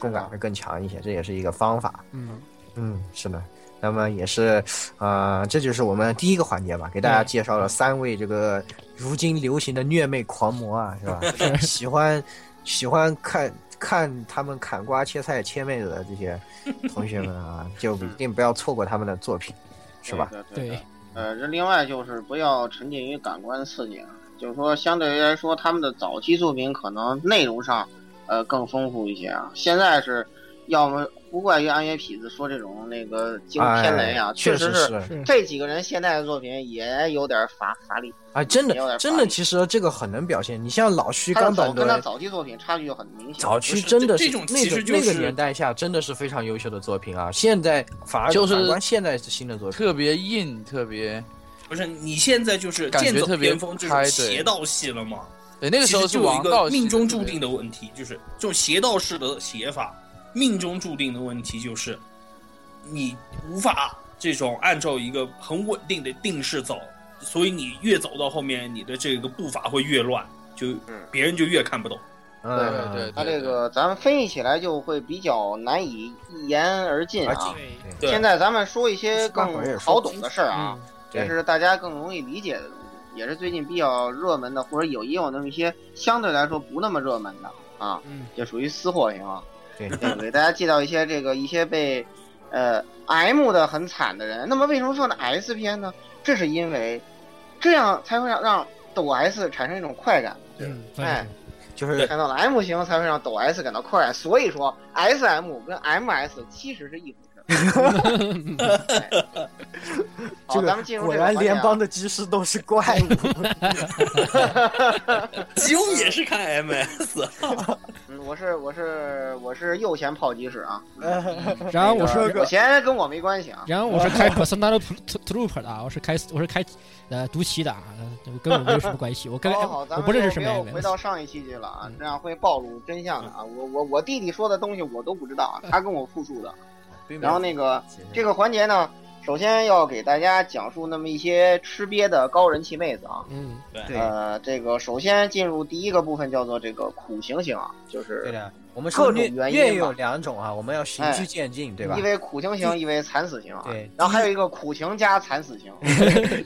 共感会更强一些，这也是一个方法。
嗯，
嗯，是的。那么也是，呃，这就是我们第一个环节吧，给大家介绍了三位这个如今流行的虐妹狂魔啊， 是吧？喜欢喜欢看看他们砍瓜切菜切妹子的这些同学们 啊，就一定不要错过他们的作品，是吧？？
对
对
对对。，呃，这另外就是不要沉浸于感官刺激，啊，就是说相对于来说，他们的早期作品可能内容上，呃更丰富一些啊。现在是，要么不怪于安野痞子说这种那个惊天雷啊，
哎
确
确
实
是
这几个人现在的作品也有点乏乏力，
啊，真
也有
的
点
真
乏
的，
力
其实这个很能表现。你像老徐
他的
冈
早
本
跟他
的
早期作品差距就很明显。
早期，
不是
真的
这
是
这种
那
其
个
实就
那个
是
年代下真的是非常优秀的作品啊，现在反而
就是
反观现在新的作品。
特别硬，特别
不是你现在就是
感觉
剑走
特别
偏锋这种
开对
邪道系了吗？
对，那个时候
其实
是
就有
王
一
道
个
系
命中注
特别
定的问题，就是这种邪道式的写法，命中注定的问题就是你无法这种按照一个很稳定的定式走，所以你越走到后面，你的这个步伐会越乱，就
嗯
别人就越看不 懂。
嗯
对
对对
他这个咱们分析起来就会比较难以一言而尽
而
啊。
对，
对
现在咱们说一些
一会儿也
更
说
好懂的事儿啊。
嗯，
这是大家更容易理解的东西，也是最近比较热门的，或者有也有那么一些相对来说不那么热门的啊，
嗯
也属于私货型啊。
对
对，给大家介绍一些这个一些被呃 M 的很惨的人。那么为什么说呢 S 片呢？这是因为这样才会让让抖 S 产生一种快感，
嗯，
哎
反正
就是
看到了 M 型才会让抖 S 感到快感。所以说 SM 跟 MS 其实是一回事。 哎好，咱们进入
果
这个环
然
节啊
联邦的技师都是怪 物。
吉翁也是看 MS，
嗯，我是我是我是右前炮击式啊，
然后我
那
说
个左前跟我没关系啊。
然后我是开 Personal Troop 的啊，我是开我是开呃独骑的啊，呃跟我没有什么关系，我跟
哦好好，咱
我
们
不认识什
没
么
有
M
回到上一期去了啊
嗯，
这样会暴露真相的啊。我我我弟弟说的东西我都不知道
嗯
啊，他跟我复述的。然后那个这个环节呢，首先要给大家讲述那么一些吃瘪的高人气妹子啊。
嗯，
对
呃，这个首先进入第一个部分叫做这个苦行型啊，就
对
是
的，我们说
各种
虐
原因
虐
吧
有两种啊，我们要循序渐进，对吧
一？哎为苦行型，一为惨死型啊。
对
然后还有一个苦情加惨 死型。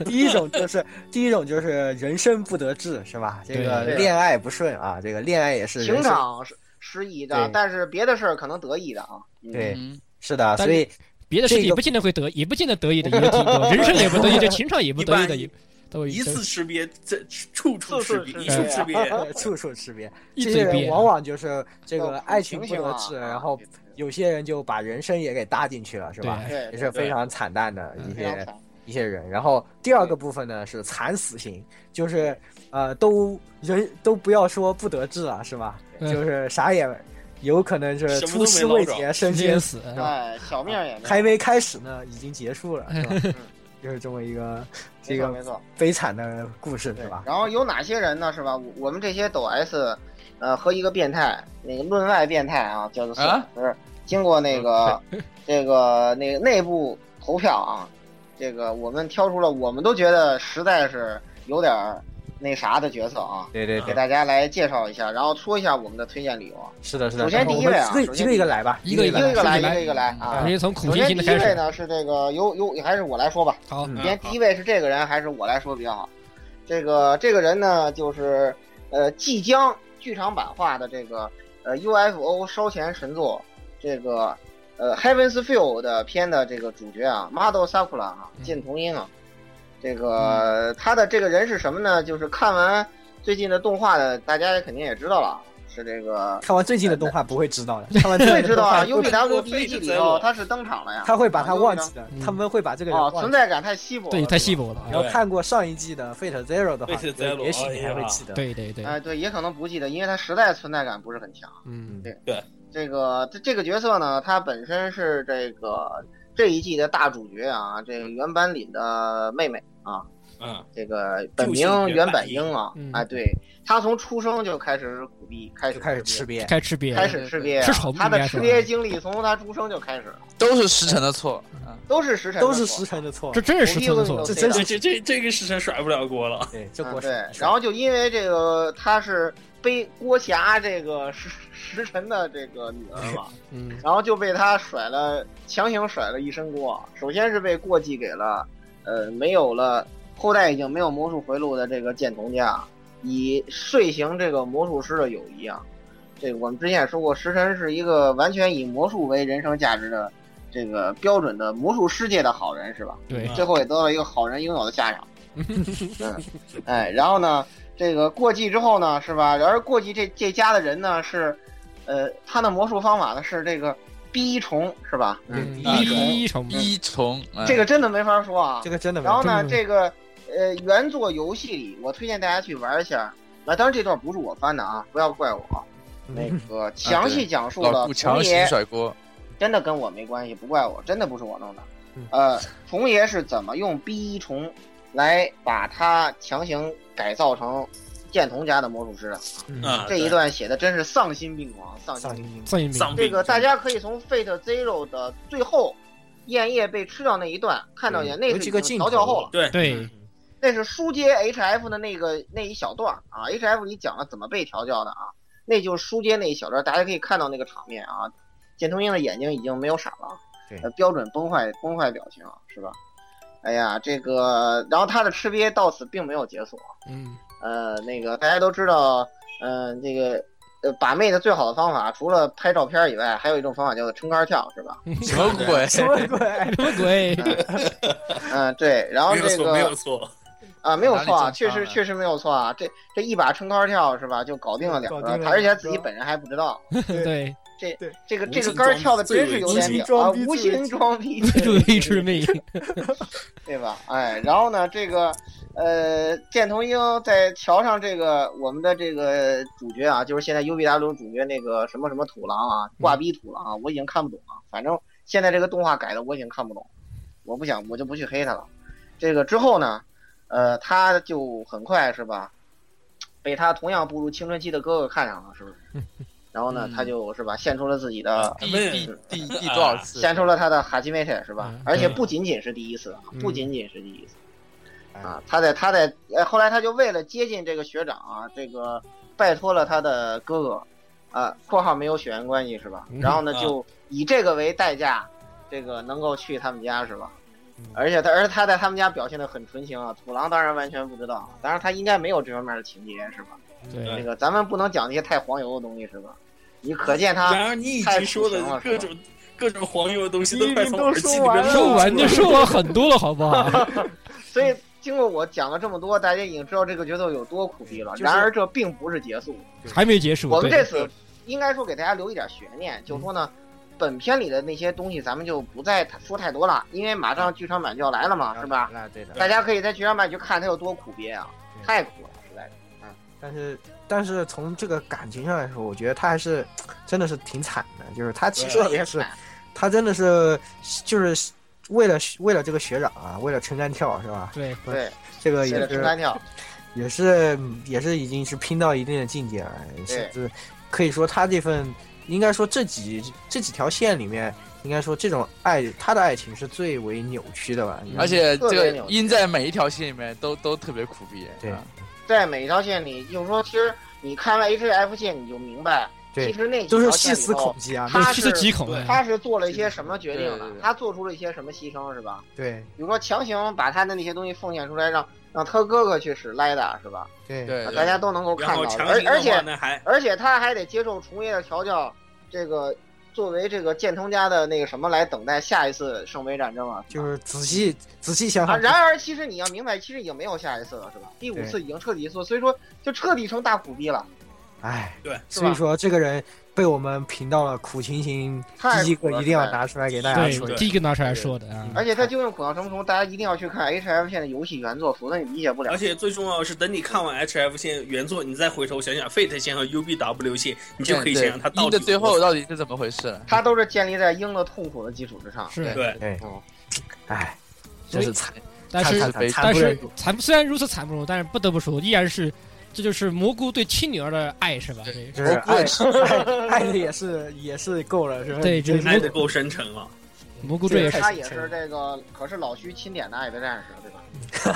第一种就是第一种就是人生不得志，是吧？这个
对
恋爱不顺啊，这个恋爱也是人
情
生
场是失意的
对，
但是别的事儿可能得意的啊。嗯
对
嗯，
是的，
但
所以
别的事
这
情
个
不见得会得，也不见得得意的也有挺多，人生也不得意的，情场也不得意的
一
也都有
一次吃瘪，这处处吃瘪，一
处
处吃
处吃
瘪。
呃处处吃瘪，
一
这
嘴
些人
瘪，
往往就是这
到
个
苦
爱情不
情
得
型啊
志，然后有些人就把人生也给搭进去了，是吧？
对嗯
也是非常惨淡的一
非
些
常惨。
一些人。然后第二个部分呢是惨死刑，就是呃都人都不要说不得志啊，是吧？
嗯
就是啥也有可能是
什么都
出
没
师
捞
未
着
捷
直
身
接
先
死，
哎，小命也
还
没
没开始呢，已经结束了，是吧？就是这么一个这
有没错
个
没错。
悲惨的故事，对吧？
然后有哪些人呢？是吧？我我们这些抖 S，呃，和一个变态，那个论外变态啊，叫做宋老
啊
师，经过那个
嗯
这个那个内部投票啊，这个我们挑出了，我们都觉得实在是有点儿那啥的角色啊，
对对
给
对，
大家来介绍一下，然后说一下我们的推荐理由啊。
是的，是的。
首先第一位啊
我们一
首
个
先
一个一个来吧，
一个
一
一个一
个
个
来
来，
来
一个一
嗯
个来
我
啊
们。就从
首
苦行
先
型
第
的
一
开
位
始。
呢是这个由由还是我来说吧。
好，
嗯。
首先第一位是这个人，还是我来说比较好？这个这个人呢，就是呃即将剧场版化的这个呃 UFO 烧钱神作，这个呃 Heaven's Feel 的片的这个主角啊，Mado Sakura 啊，
嗯
剑童音啊，这个他的这个人是什么呢？就是看完最近的动画的，大家肯定也知道了，是这个
看完最近的动画不会知道 的，看完最近
会
的
知 道啊
动画
，UBW 第一季里头他是登场了呀，
他会把他忘记的
嗯，
他们会把这个人
哦，
忘
存
记。
在感太稀薄了，
对，太稀薄了
你
啊。
要看过上一季的 Fate Zero 的话，
Fate Zero，
也许你还会记得。
对对对，
哎，对，也可能不记得，因为他实在存在感不是很强。
嗯
这个这这个角色呢，他本身是这个这一季的大主角啊，这个原版里的妹妹啊，
嗯，
这个本
就
名
是
原
原
版
版
英
英
啊
嗯，
哎，对他从出生就开始苦逼，开始
就开始吃
瘪，
瘪，
该吃瘪
开
了。
始吃瘪啊，
吃丑
他的
应该
吃
是
瘪经历从他出生就开始了，
都是石城的错啊！
都是时辰，
都是石城。的错
这。真是实测的错，
这真
是
是
这这这这个时辰甩不了锅了。
对，这
嗯
国
对
师。，
然后就因为这个他是背郭霞这个时时辰的这个女儿嘛，
嗯，
然后就被他甩了，强行甩了一身锅。首先是被过继给了，呃，没有了后代已经没有魔术回路的这个剑童家，以遂行这个魔术师的友谊啊。这个我们之前也说过，石神是一个完全以魔术为人生价值的这个标准的魔术世界的好人，是吧？
对，
最后也得到一个好人应有的下场。嗯，哎，然后呢，这个过继之后呢，是吧？然而过继这这家的人呢是，呃，他的魔术方法呢是这个逼虫，是吧？
嗯，
啊
一一重，
一重，嗯
这个真的没法说啊
这。个真的没
然后呢，
嗯
这个呃原作游戏里，我推荐大家去玩一下。啊，当然这段不是我翻的啊，不要怪我啊。那个详细讲述
老
了
顾
童
强
爷
行甩锅，
真的跟我没关系，不怪我，真的不是我弄的
嗯。
呃，虫爷是怎么用 B 一虫来把它强行改造成剑童家的魔术师的？
嗯，
啊，
这一段写的真是丧心病狂，丧心
上
病狂。
算一名，
丧
这个大家可以从 Fate Zero 的最后燕叶被吃掉那一段看到一眼，
嗯
那
有
是
几
已
个镜
经调
头
教后了。
对
对，
那是书接 HF 的那个那一小段儿啊，HF 里讲了怎么被调教的啊，那就是书接那一小段儿，大家可以看到那个场面啊，简童英的眼睛已经没有闪了啊
对，
呃，标准崩坏崩坏表情啊是吧？哎呀，这个，然后他的吃瘪到此并没有结束啊，
嗯，
呃，那个大家都知道，嗯、这个呃把妹的最好的方法，除了拍照片以外，还有一种方法叫做撑杆跳，是吧？
什么鬼？
什么哎鬼？
什么鬼？
嗯、对，然后
没有
这
错，没有
个
错。
啊，没有
哪里
错啊，
正
确
常
实
啊
确实没有错啊，这这一把撑杆跳是吧，就搞定了两
搞
个，
定了
他而且
两
自己
个
本人还不知道，
对，
这个
无
这个
心
杆儿
装
跳的
最
真是
为
有
无
点
心
屌啊
装逼，
无
最为
心装逼，
注意致命，
对吧？哎，然后呢，这个呃，剑童英在桥上，这个我们的这个主角啊，就是现在 UBW 主角那个什么什么土狼啊，挂逼土狼啊，我已经看不懂了。反正现在这个动画改的我已经看不懂，我不想，我就不去黑他了。这个之后呢，呃，他就很快是吧，被他同样步入青春期的哥哥看上了，是不是？然后呢，
嗯
他就是吧，献出了自己的
第
问
第第第多少次？
献出了他的哈基梅特是吧
嗯？
而且
对
不仅仅是第一次啊，
嗯哎
不仅仅是第一次啊，他在他在呃后来他就为了接近这个学长啊，这个拜托了他的哥哥啊（括号没有血缘关系是吧
嗯？）
然后呢
啊
就以这个为代价，这个能够去他们家是吧？
嗯
而且他而且他在他们家表现的很纯情啊，土狼当然完全不知道啊，当然他应该没有这方面的情节是吧？那
对，
个咱们不能讲那些太黄油的东西是吧？你可见他
然而你已经说的各种各种黄油的东西都快从耳机里面
说完就说完很多了，好不好？
所以经过我讲了这么多，大家已经知道这个角色有多苦逼了。
就是
然而这并不是结束，
还没结束，
我们这
对，
次应该说给大家留一点悬念，就是说呢，本片里的那些东西咱们就不再说太多了，因为马上剧场版就要来了
嗯
嘛， 是吧？？
那对的。
大家可以在剧场版去看他有多苦逼啊，
对
太苦了，实在是。
但是但是从这个感情上来说，我觉得他还是真的是挺惨的，就是他其实
对
也是，他真的是就是为了为了这个学长啊，为了撑杆跳是吧？
对，
对，
这个
为了
也
撑
是
杆跳，
也是也是已经是拼到一定的境界了，甚至可以说他这份应该说这几这几条线里面，应该说这种爱他的爱情是最
嗯
为扭曲的吧？应该
而且这
特别
个
扭曲
音在每一条线里面都都特别苦逼，
对
啊
在每一条线里，就是说，其实你看完 H F 线，你就明白，
对
其实那几
都
条
是
线
细
里
思
头
恐极啊！
他
细
是
思极恐的。
他是做了一些什么决定的
对对对？
他做出了一些什么牺牲，是吧？
对
比如说强行把他的那些东西奉献出来，让让他哥哥去使莱达，是吧？
对
对，
大家都能够
然
看
后
到的，
强
而
行
而
的话
且
呢，还
而且他还得接受重爷的调教，这个作为这个建通家的那个什么来等待下一次圣杯 战争啊，
就是是仔细仔细想
吧啊。
想，
然而，其实你要明白，其实已经没有下一次了，是吧？第五次已经彻底做，所以说就彻底成大苦逼了，
哎，
对，
是
所以
吧？
说这个人被我们评到了苦情型，
太
第一
苦
个
了
一定要
实在
拿出来给大家说
对，
一
对
第一个拿出来说的啊，
而且他究竟苦到什么程度，大家一定要去看 H F 线的游戏原作，否则你理解不了
而。且最重要的是，等你看完 H F 线原作，你再回头想想 Fate 线和 U B W 线，你就可以想想它到底
一的最后到底是怎么回事了？
它都是建立在鹰的痛苦的基础之上。
是，
对
哎，真是惨，
但
惨
是
惨惨惨
但
不忍
是
睹。
惨不虽然如此惨不忍睹，但是不得不说，依然是这就是蘑菇对亲女儿的爱是吧？对
就是爱爱爱的也是也是够了，是吧？
对
真
就是
爱
是
的够深沉啊！
蘑菇这也是
太
他也
深了
是这个，可是老徐钦点的爱的战士，啊对吧？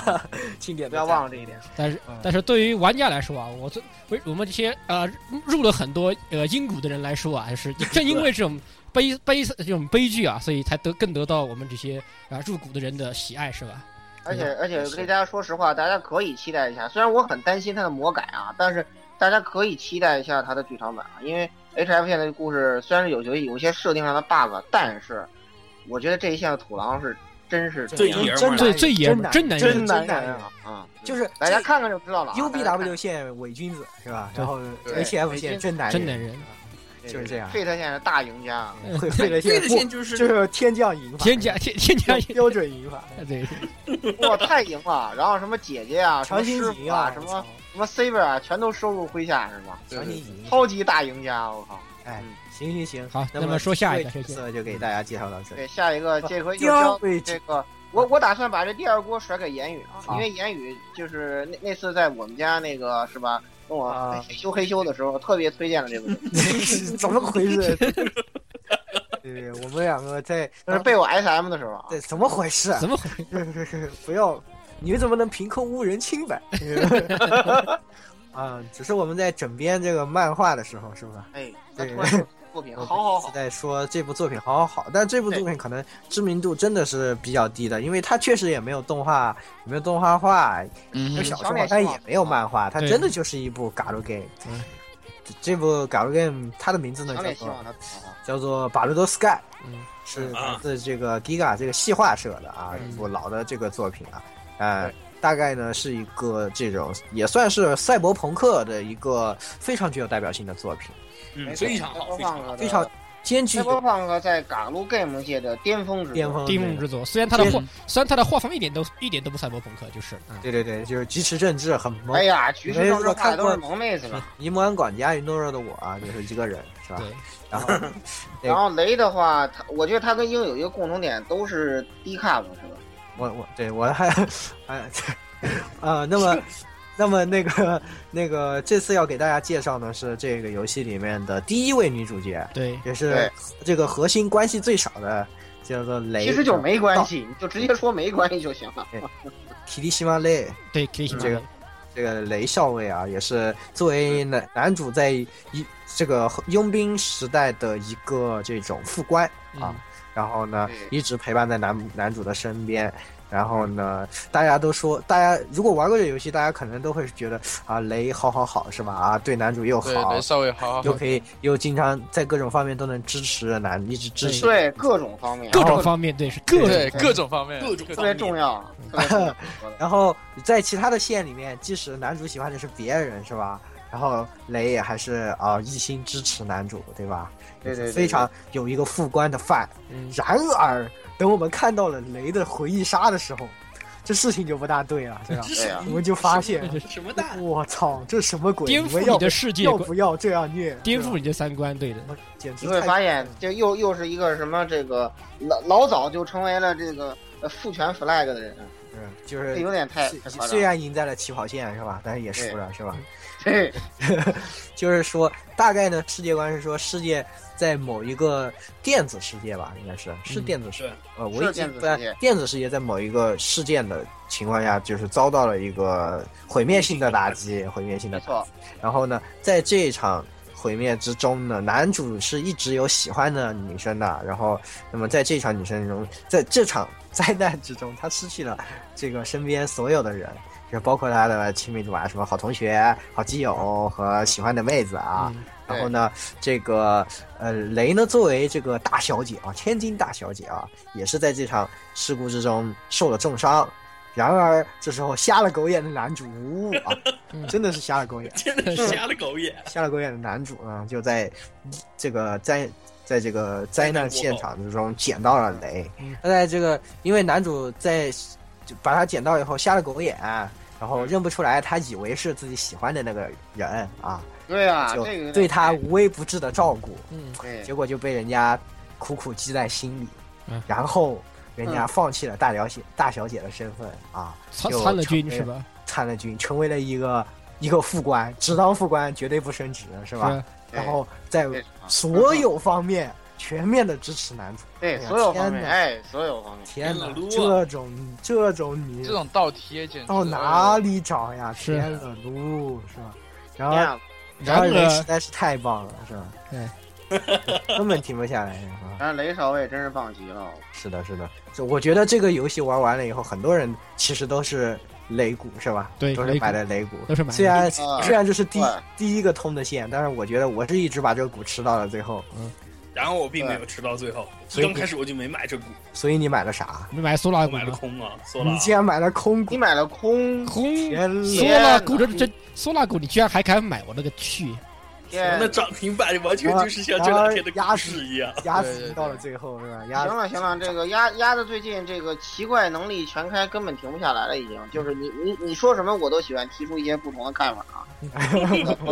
经典，
不要忘了这一点。
但是
嗯
但是对于玩家来说啊，我这为我们这些呃入了很多呃阴谷的人来说啊，还是正因为这种悲悲这种悲剧啊，所以才得更得到我们这些啊入谷的人的喜爱是吧？
而且而且跟大家说实话，大家可以期待一下。虽然我很担心它的魔改啊，但是大家可以期待一下它的剧场版啊，因为 H F 线的故事虽然有有有一些设定上的 bug，但是我觉得这一线的土狼是真是
最爷们儿
真
的
最最爷们儿真
真
男人
真男
人
人
啊！啊，
就是
大家看看就知道了啊。
U B
大家看
W 线伪君子是吧？
对
然后
对
H F 线真男
真男人，
就是这样
费特现在大赢家啊，
会会了线
Fate
不
线就是
就是天降淫法，
添加添添加
标标准淫法，
对
哇，太赢了！然后什么姐姐啊，什么
强行
师傅
淫啊，
什
我
么
操
什么 Saber 啊，全都收入麾下是吧？
对
强行
对
淫，
超级大赢家，我靠！
哎，行行行，
好
那
那么说下一个
角
谁
色就给大家介绍到这里。
对，下一个这回
第
就
二
交
位
这个，我我打算把这第二锅甩给言语啊，因为言语就是那那次在我们家那个是吧，跟我
啊
嘿羞嘿羞的时候，特别推荐了这部剧，
怎么回事？ 对，我们两个在
就是被我 S M 的时候啊，
对怎么回事？
怎么回事？
不要，你们怎么能凭空污人清白？ 啊，只是我们在整编这个漫画的时候，是吧？
哎，他
对
突然说作品好好好，
在说这部作品好好好，但这部作品可能知名度真的是比较低的，因为它确实也没有动画，也没有动画化，
嗯
没有
哼
小说化，但也没有漫画，它
对
真的就是一部 g a l game。这这部 g a l game 它的名字呢
强
叫
烈希
做
望他好好。
叫做《巴鲁多 Sky》，
嗯，
是来
啊
自这个 Giga 这个细化社的啊，
嗯
一部老的这个作品啊，呃，大概呢是一个这种也算是赛博朋克的一个非常具有代表性的作品，
嗯，非常好，非常好。
非常兼具
c y b e r p u n k 在 Galu Game 界的巅峰之作
巅峰
地梦
对
之作，虽然他的画虽然他的画风一点都一点都不赛博朋克，就是啊，
对对对，就是疾驰政治很萌
哎。呀，橘子政治
看过
化都是萌妹子了。
尼摩安管家与懦弱的我啊，就是一个人是吧？
对，
然后对
然后雷的话，他我觉得他跟鹰有一个共同点，都是低 cup 是吧？
我我对我还哎啊、那么那么那个那个这次要给大家介绍呢是这个游戏里面的第一位女主角，
对，
也是
对
这个核心关系最少的，叫做雷。
其实就没关系，你就直接说没关系就行 了。
提利西马雷
对，可以
这个这个雷校尉啊，也是作为男男主在一这个佣兵时代的一个这种副官啊，
嗯
然后呢
对
一直陪伴在男男主的身边。然后呢，大家都说，大家如果玩过这游戏，大家可能都会觉得啊，雷好好好是吧？啊，对男主又
对
好
对，，稍微好好
又
好。
可以又经常在各种方面都能支持男，一直支持。
对各种方面，
各种方面对是各
对
种
各种方面，
各种
特别 重要，特别重要。
然后在其他的线里面，即使男主喜欢的是别人，是吧？然后雷也还是啊、一心支持男主，对吧？
对对对
非常有一个副官的范。
嗯
然而，等我们看到了雷的回忆杀的时候，这事情就不大对了，对 吧？
这
哎
是
我们就发现，
什么蛋？
我操，这什么鬼？
颠
们
覆
要
你
不
的世界
要
观，
不要这样虐？
颠
是
覆
吧，
你的三观，对的，
我简直
你会
太
发现，这又又是一个什么这个老老早就成为了这个呃父权 flag 的人，
嗯嗯，就
这
是
有点太
虽
太夸
虽
张了。
然赢在了起跑线是吧？但是也输了是吧？
对，
就是说，大概呢，世界观是说世界在某一个电子世界吧，应该是是
嗯
电子世
对
界，呃，
是
我已
电
经
子世
在
界
电子世界在某一个事件的情况下，就是遭到了一个毁灭性的打击，毁灭性
没
的。
错，
然后呢，在这一场毁灭之中呢，男主是一直有喜欢的女生的，然后那么在这场女生中，在这场灾难之中，他失去了这个身边所有的人。就包括他的亲密的啊吧，什么好同学、好基友和喜欢的妹子啊，
嗯
然后呢，这个呃雷呢，作为这个大小姐啊，千金大小姐啊，也是在这场事故之中受了重伤。然而这时候瞎了狗眼的男主，呜啊
嗯，
真的是瞎了狗眼，
真的是瞎了狗眼。
瞎了狗眼的男主呢，就在这个灾。在这个灾难现场之中捡到了雷
嗯，
他在这个因为男主在就把他捡到以后瞎了狗眼，然后认不出来，他以为是自己喜欢的那个人啊，
对啊，
就
这个有点
对他无微不至的照顾，
嗯，
对
结果就被人家苦苦记在心里
嗯，
然后人家放弃了大小姐大小姐的身份啊，
参
就
参了军
成为
是吧？
参了军，成为了一个一个副官，只当副官绝对不升职是吧？然后在
对啊
所有方面全面的支持男主，
对
哎呀
所有方面，
天哪
哎，所有方面，
天哪
天哪撸，啊
这种这种你
这种倒贴简直
到哪里找呀？
是
天哪，撸是吧？然
这
后
样
然后
然
人
而
实在是太棒了是吧？对，根本停不下来是吧？
然后雷少尉真是棒极了，
是的，是的，这我觉得这个游戏玩完了以后，很多人其实都是擂鼓是吧？
对
都是
擂鼓
买的擂鼓。
都是买的
虽然
啊
虽然这是第
对
第一个通的线，但是我觉得我是一直把这个鼓吃到了最后。
嗯
然后我并没有吃到最后，
所以
刚开始我就没买这股，
所以你买了啥？
你买苏拉
我
股
买了
吗？
空啊，索拉
你。竟然买了空鼓
你！买了空，
空
天
苏
呐，
天
拉
哪
股这这苏拉股，你居然还敢买？我勒个去！
天
那涨停板完全就是像这两天的股市一 样，
鸭
对
子
对
到了最后是吧？鸭
行
子
了行了，这个鸭鸭子最近这个奇怪能力全开，根本停不下来了，已经。就是你你你说什么，我都喜欢提出一些不同的看法啊。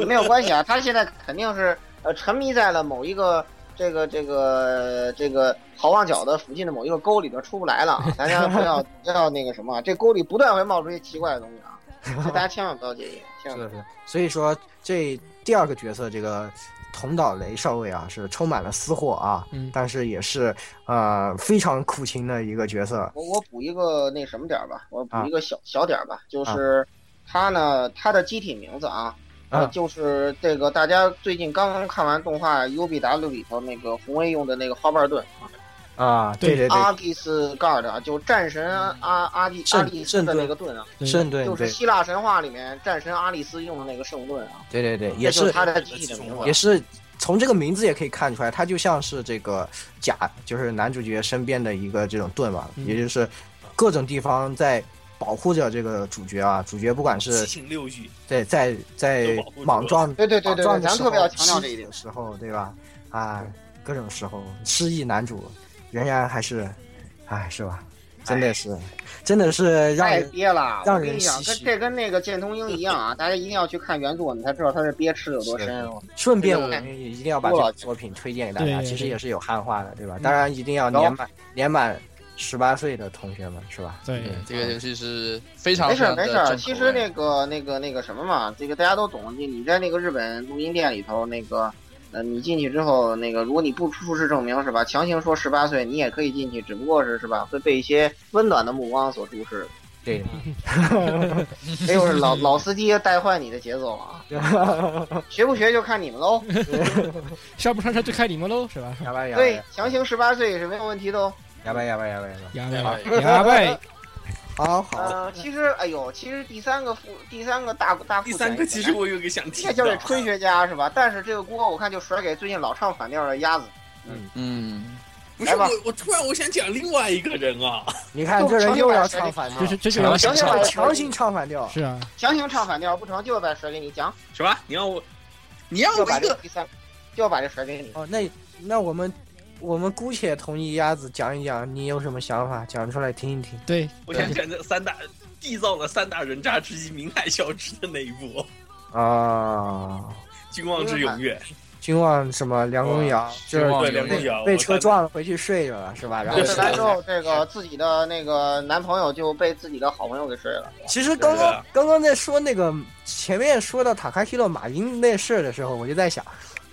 没有关系啊，他现在肯定是呃沉迷在了某一个这个这个这个好望角的附近的某一个沟里头出不来了啊！大家不要不要那个什么啊，这沟里不断会冒出一些奇怪的东西啊，这大家千万不要介意，千万
是
不要
的，是
介
的。所以说这第二个角色这个同岛雷少尉啊，是充满了私货啊，
嗯
但是也是呃非常苦情的一个角色。
我我补一个那什么点儿吧，我补
啊
一个小、小点儿吧，就是他呢，他的机体名字啊，
啊
呃就是这个大家最近刚刚看完动画 UBW 里头那个红卫用的那个花瓣盾
啊，
对
对对对，
阿蒂斯 Guard 啊，就战神阿阿蒂
圣
阿蒂斯的那个盾啊，
对
圣盾
就是
对
希腊神话里面战神阿利斯用的那个圣盾啊，
对对对，
这
也
就是他的机体的名字啊，
也是从这个名字也可以看出来，他就像是这个甲，就是男主角身边的一个这种盾嘛，
嗯
也就是各种地方在保护着这个主角啊。主角不管
七
是
情六欲。
对在在
都保护住
莽撞
对对对
莽
对
撞
对，
的
咱
时
特
候
别要强调这
失
一
忆
点
的。时候，对吧？啊，各种时候失忆男主仍然还是，哎，是吧？真的是，真的是让
太
人
憋了，
让
我跟
人
你讲，
唏
跟
嘘
这跟那个剑通鹰一样啊，大家一定要去看原作，你才知道他这憋吃的有多深。啊我
顺便
这个
我们也一定要把这个作品推荐给大
对
家，
对
其实
对
也是有汉化的，对
嗯
吧？当然一定要年满年满十八岁的同学们，是吧？嗯
对
这
啊
个游戏是非常
没事
非
儿
常
没
的
事儿，
重
其
口
实
味
那个那个那个什么嘛，这个大家都懂。你你在那个日本录音店里头，那个呃，你进去之后，那个如果你不出示证明是吧，强行说十八岁，你也可以进去，只不过是是吧，会被一些温暖的目光所注视。
对，
这就 是老老司机带坏你的节奏了啊！学不学就看你们喽。
上不上车就看你们喽，是吧？
哑巴哑巴
对，强行十八岁是没有问题的哦。
哑巴哑巴哑巴哑
牙
对
呗，
吧
牙呗，
巴，好好，
呃，其实哎呦，其实第三个副第三个大大副
第
选
三个其实我有一个想提
应该
的，
交给春学家是吧？但是这个锅我看就甩给最近老唱反调的鸭子。
嗯，
不是我，我突然我想讲另外一个人啊，
你看这人又要唱反
这
调
是，这就
强
是
行
强行把
强行唱反调，
是啊，
强行唱反调不成，就要把甩给你讲，
什么？你让我，你让
就
我
要把
一
这
个，
第三，就要把这甩给你。
哦，那那我们我们姑且同意鸭子讲一讲，你有什么想法讲出来听一听。
对，
我想讲这三大缔造了三大人渣之一明海孝之的那一部
啊，
《君王之永远》，
君望什么梁公尧，就
君望
是
对梁公尧
被
我
车
看
撞了回去睡着了是吧？然后
对，
是
来 之后这个自己的那个男朋友就被自己的好朋友给睡了。
其实刚
对
刚
啊
刚刚在说那个前面说到塔卡希洛马英那事儿的时候，我就在想，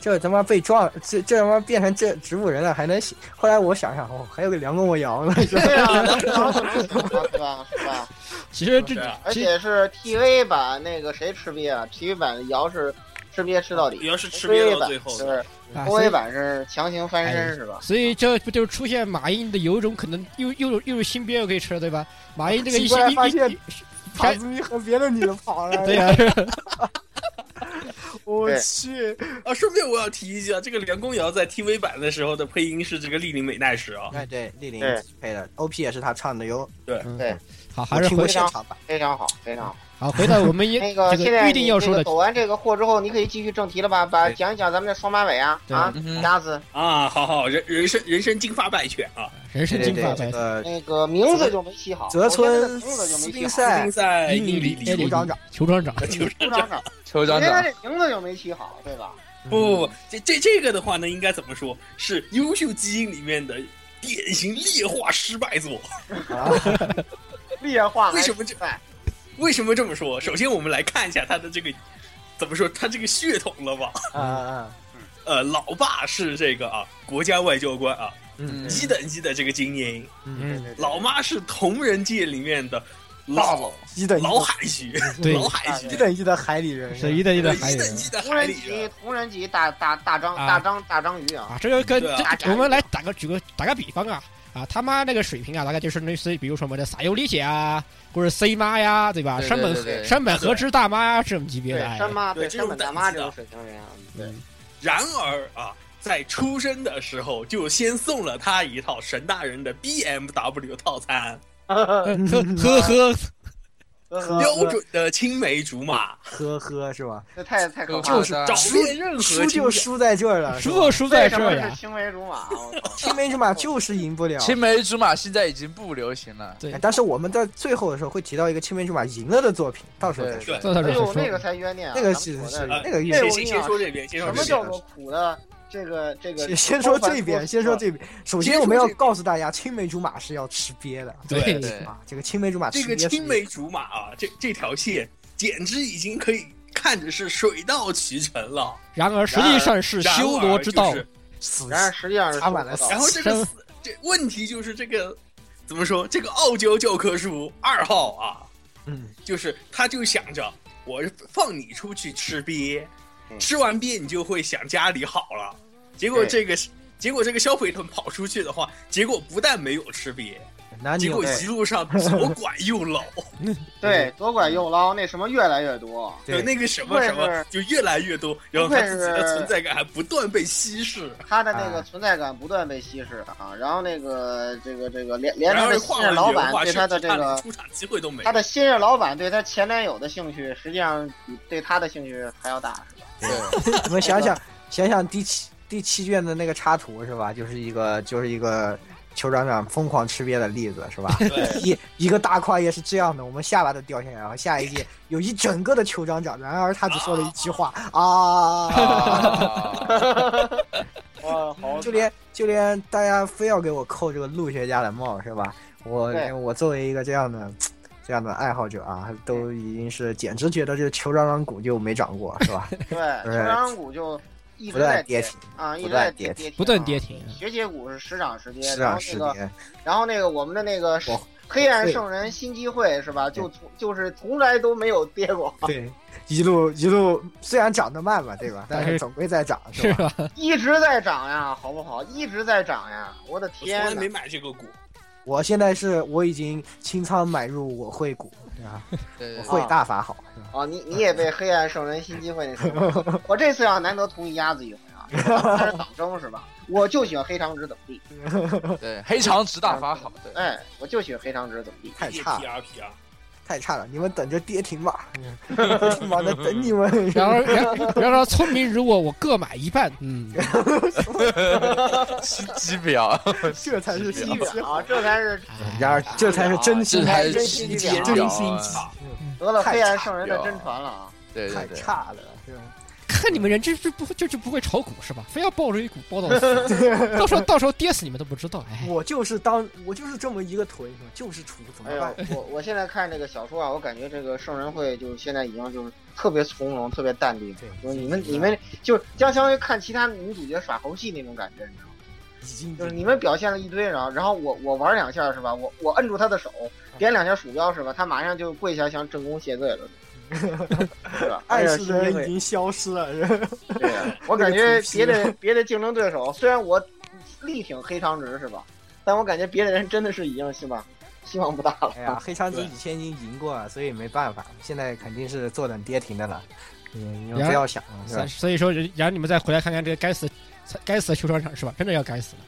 这他妈被撞，这这他妈变成这植物人了还能写？后来我想想，哦，还有个梁公尧呢，是吧
对啊， 然后怎么死的，对吧？是吧？
其实
是啊
这
而
其实
且是 TV 版那个谁吃瘪啊？TV 版瑶是吃瘪吃到
你
底
要是嗯吃瘪到最后的，
，OA
啊所以
版是 OA 版是强行翻
哎
身是吧？
所以这不就是出现马英的有一种可能又又又是新编又可以吃了对吧？马英这个一
奇怪
一
发
一
现
一
塔斯米和别的女的跑了，
对呀、啊
我
对
去，
啊，顺便我要提一下，这个梁公尧在 TV 版的时候的配音是这个丽玲美奈实啊，
哎对，丽玲
对
配的，OP 也是他唱的哟，
对，
好，还是
我听过
回
现场版，
非常好，非常好。
好回到我们也
那个
这
现在
预定
你
要
这
说
个
的
走完这个货之后，你可以继续正题了吧？把
对
讲一讲咱们的双马尾啊
对
啊
嗯哼，
鸭子
啊，好好，人人生人生金发败犬啊，
人生
对对
金
对
发，
这
白
个
那个名字就没起好，
泽
我真的
村
名字就
斯
没
宾
起好，
塞
竞赛
英
英里
里
里
酋长长，
酋长长，
就是
部 长长，
酋
人
长
家
长，
这名字就没起好，对吧？
不不不，这这这个的话呢，应该怎么说是优秀基因里面的典型劣化失败作？
啊，
劣化
为什么这
败？
为什么这么说？首先我们来看一下他的这个怎么说，他这个血统了吧？
啊啊，
呃，老爸是这个啊国家外交官啊，
嗯
一等一的这个精英，
嗯，
嗯，
老妈是同人界里面的老
一等一
老海徐，
对
老海徐，
一等一的海里人，
是一等一
一等
的
一
海里人
的
同
海
人
里
级
人，
同人级大大大章
啊
大章大章鱼啊！
啊，这个跟
对啊
这我们来打个举个打个比方啊啊，他妈那个水平啊，大概就是类似于比如说我们的撒尤里姐啊，或者 C 妈呀，对吧？
对对
山
对对
本
对
山本和之大妈呀，这种级别
对
的，哎
山妈
对
对
这
山
种
本大
等
妈
级
这
的
种水平人啊，对，
然而啊。在出生的时候就先送了他一套神大人的 BMW 套餐，
呃呵呵呵，
啊
标准的青梅竹马，
呵呵是吧？
这太太可怕了
就。是
找
长，
不见任何
输
亲
啊就
戚
输在这儿了，是
输
吧
就输在
为
这
什么
儿
是
呀，
青梅 竹马？我操！
青梅竹马就是赢不了。
青梅竹马现在已经不流行了。
对
哎，但是我们在最后的时候会提到一个青梅竹马赢了的作品，到时候再说
对。
这
哎
才
呦，那个
说，
才冤孽啊！
那个
咱
是
们
是
所谓的
哎
那个意
这
先
个
思。
先先说这边，先说这边。
什么叫做苦的？这个这个
先先说这边，先说这边。首先，我们要告诉大家，青梅竹马是要吃瘪的
对
对
啊！这个青梅竹马吃
这
瘪
个
是
青梅竹马啊，这这条线简直已经可以看着是水到渠成了。
然而实际上是
然而
修罗之道
就，是
死
然而实际上是
插满了
收不
然
到
后这个
生
死这问题就是这个怎么说？这个傲娇教科书二号啊，
嗯，
就是他就想着我放你出去吃鳖，
嗯
吃完鳖你就会想家里好了。结果
对
这个结果这个肖培腾跑出去的话，结果不但没有吃鳖，
男
结
女
果
对
一路上左拐右搂。
对左拐右捞，那什么越来越多。
对，
对
那个什么什
不
么
愧
就越来越多，然后他自己
不愧
的
是
存在感还不断被稀释，
他的那个
哎
存在感不断被稀释啊，然后那个这个这个连连
然
他
而
的
画
新
完
任老
原
板
画
对
甚
他的
至
这
他
个
连出场机会都没
他
有。
的新任老板对他前男友的兴趣，实际上比对他的兴趣还要大。
你们想想，想想第七第七卷的那个插图是吧？就是一个就是一个酋长长疯狂吃瘪的例子是吧？
对
一一个大跨页是这样的，我们下巴都掉下来了。下一页有一整个的酋长长，然而他只说了一句话啊，
啊，
哇，好
就连就连大家非要给我扣这个陆学家的帽是吧？我
对
我作为一个这样的。这样的爱好者啊，都已经是简直觉得这个酋长长骨就没长过，是吧？
对，酋长股就 一
不
直
断
在
跌停，
啊，一
不
直
断
在
跌
停，
不断跌 停
啊学姐股是时涨时跌，
是
然
啊，
后
是
那个
的，
然后那个我们的那个
我
黑暗圣人新机会是吧？就从就是从来都没有跌过，
对，一路一路虽然涨得慢吧，对吧？
但
但
是
是总归在 涨，
是
是吧？
吧？
一直在涨呀，好不好？一直在涨呀！我的
我从来
天
没
呐，
买这个股，
我现在是我已经清仓买入我会股，啊，
对
我
对
会大法好，是吧？
啊，你你也被黑暗圣人新机会那什 么？我这次要难得同意鸭子一回啊，他是党争是吧？我就喜欢黑长直怎么地，
对对，黑长直大法好，对，
哎，我就喜欢黑长直怎么地。
太
也
差
P
了，
R P 啊，
太差了！你们等着跌停 吧，我他妈的等你们！
然而，然然而，聪明如我，我各买一半。嗯，
机机表，
这才是
机
心机。
啊，这啊才是
然
哎
而，这才是真心
这才
态，
是
真
心
心
机
表真
真心
心
机
机，
得了黑暗圣人的真传了啊！
对
太
对对，
差了，是吧？
看你们人就是不就是不会炒股是吧？非要抱着一股抱到死，到时候到时候跌死你们都不知道。哎，
我就是当我就是这么一个腿，就是杵，怎么
哎
办
呦？，我我现在看这个小说啊，我感觉这个圣人会就是现在已经就是特别从容，特别淡定，
对
就是你们你们就将相当于看其他女主角耍猴戏那种感觉，你知道吗？
已经
就是你们表现了一堆，然后然后我我玩两下是吧？我我摁住他的手，
嗯
点两下鼠标是吧？他马上就跪下向正宫谢罪 了，是吧？
爱
哎呀
是
兄弟
人
会
已经消失了，
对
啊
呀，我感觉别的别的竞争对手，虽然我力挺黑长直是吧，但我感觉别的人真的是已经是吧，希望不大了。
哎 呀，黑长直以前已经赢过了，所以没办法，现在肯定是坐等跌停的了。你你们不要想了，是吧
所以？所以说，人然后你们再回来看看这个该死该死的球场场是吧？真的要该死了。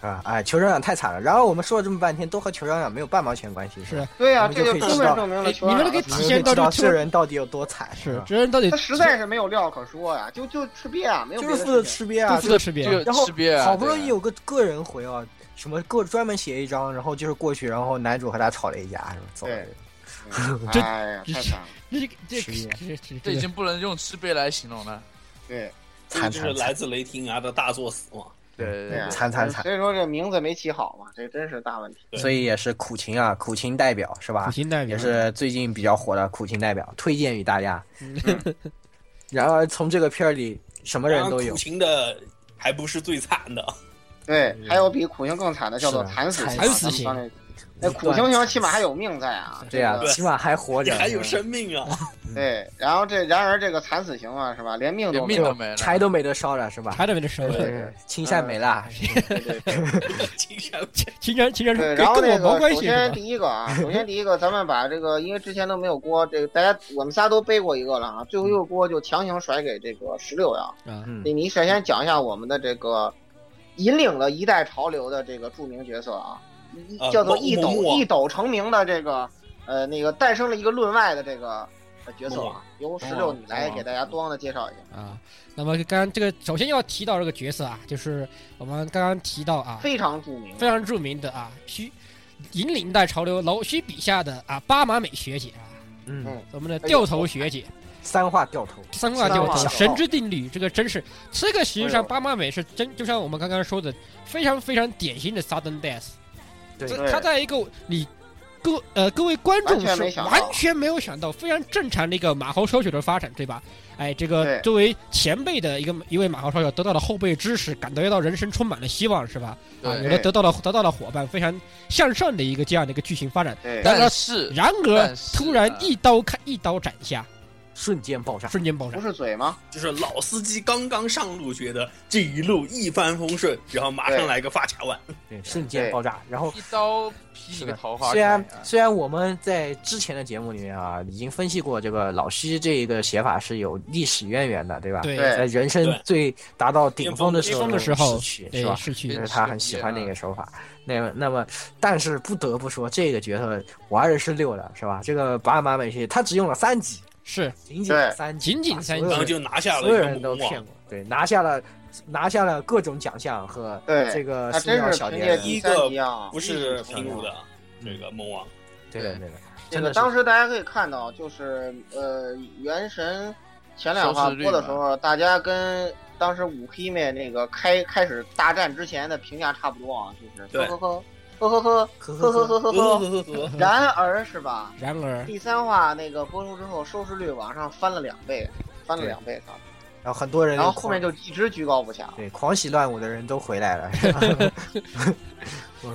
啊，哎，酋长长太惨了。然后我们说了这么半天，都和酋长长没有半毛钱关系，吧？
对呀、
我们
这
就可
就
以
充
知道
分证明了
哎
球
你们
员
都给
啊
体现到这个
我们就可以知
特
道这
别
人到底有多惨，
是
吧，
这人到底
他实在是没有料可说呀、就就吃瘪啊，没有
就
别
是
的
负责
事情
吃瘪啊
都，负责吃瘪
这个
然后
吃瘪啊，
好不容易
对
有个个人回啊，什么个专门写一张，然后就是过去，然后男主和他吵了一架，是吧？走了
对。
这
哎呀，太惨了，
这个这
吃
个这这
这
这
已
个
经不能用吃瘪来形容了。
对
这
惨
就是
惨
来
惨
自雷霆牙的大作死嘛。
对
对呀、啊
惨惨惨
所以说这名字没起好嘛，这真是大问题。
对
所以也是苦情啊，苦情代表是吧
苦？心代
也
表
是最近比较火的苦情代表，推荐与大家。嗯然而从这个片儿里，什么
然
人
而
都有
苦，情的还不是最惨的，
对，
嗯
还有比苦行更惨的叫做
是啊
惨死
惨
死
刑
刑
啊。咱们刚才那苦行刑起码还有命在啊，
对呀、
这个
起码还活
你
着，嗯
还有
是吧
生命啊！
对，然后这然而这个惨死刑啊，是吧？连命
连
都没
命
有
都没了，
柴都没得烧了，是吧？
还得为这生
对
活。
对青山没了，
情商
秦然秦然说
对，
跟
然后
跟
那
我毛
个
关
首
系是
先
吧？
第一个 啊，首先第一个，咱们把这个，因为之前都没有锅，这个大家我们仨都背过一个了啊，最后一个锅就强行甩给这个十六呀。
啊，
嗯
你你首先讲一下我们的这个引领了一代潮流的这个著名角色啊，一
啊
叫做
某
一
某
斗
木啊
一斗成名的这个呃那个诞生了一个论外的这个呃角色
某啊，
啊由十
某
六
啊
你来
某啊
给大家端的介绍一下，
啊，那么刚刚这个首先要提到这个角色啊，就是我们刚刚提到啊，
非常著名，
非常著名的啊，须引领一代潮流老须笔下的啊巴马美学姐啊，
嗯，
我们的掉头学姐，
三话掉头，
三卦掉头，
三卦
神之定律，这个真是这个实际上巴马美是真，就像我们刚刚说的，非常非常典型的 sudden death。
对
这他在一个你各呃各位观众
完全
是
没想到
完全没有想到，非常正常的一个马猴烧酒的发展，对吧？哎，这个
对
作为前辈的一个一位马猴烧酒得到了后辈支持，感觉到人生充满了希望，是吧？啊，有
对，
了得到了得到了伙伴，非常向上的一个这样的一个剧情发展。
对
但
但
然
是
而
但是
突然
啊
一刀砍一刀斩下，
瞬间爆炸，
瞬间爆炸
不。是嘴吗？
就是老司机刚刚上路，觉得这一路一帆风顺，然后马上来个发卡碗，
对，瞬间爆炸。然后
一刀劈你个桃花
虽然
开啊
虽然我们在之前的节目里面啊，已经分析过这个老西这一个写法是有历史渊源的，对吧？
对
对
在人生
对
最达到顶峰的时
巅
候，
峰
的时候
逝去
对
是吧？
失去
就
对
是他很喜欢那个手法。那么，那么，但是不得不说，这个角色玩的是溜的，是吧？这个巴尔马美西他只用了三集，
是
仅仅
对
三集，
仅仅三集
把
然
所
后
有人
就拿下了
所有
一
人
个
都
魔
骗
王。
过，对，拿下了拿下了各种奖项和
对
这个
他
塑料
真是
呃小
凭
碟
借
儿
第
一
三
个
集啊，
不是平鲁的
嗯
这个魔王，
对的对的，
这
真
个
的
当
是
时大家可以看到，就是呃，《原神》前两话
收视率
播的时候，大家跟当时五 P 妹那个开开始大战之前的评价差不多啊，就是
对
呵呵呵呵呵
呵
呵呵
呵，
呵
呵
呵呵呵。
呵呵呵，
然而是吧，
然而
第三话那个播出之后，收视率往上翻了两倍，翻了两倍啊，
然后很多人
然后
狂
后面就一直居高不下。
对狂喜乱舞的人都回来了，是吧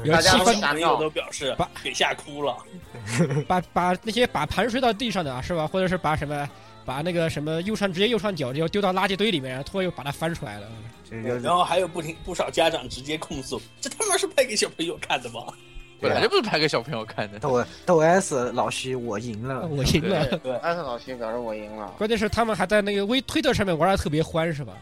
有
大
气
家
小
都
氛，
想
朋友都表示
把
给吓哭了。
把把那些把盘摔到地上的啊，是吧？或者是把什么把那个什么右上直接右上角就丢到垃圾堆里面，然后突然又把它翻出来了。
这
对
就
然后还有不停不少家长直接控诉，这他妈是拍给小朋友看的吗？
本来就不是拍给小朋友看 的，
抖抖 S 老徐，我赢了，
我赢了，
对，
安特老区表示我赢了，
关键是他们还在那个微推特上面玩的特别欢，是吧？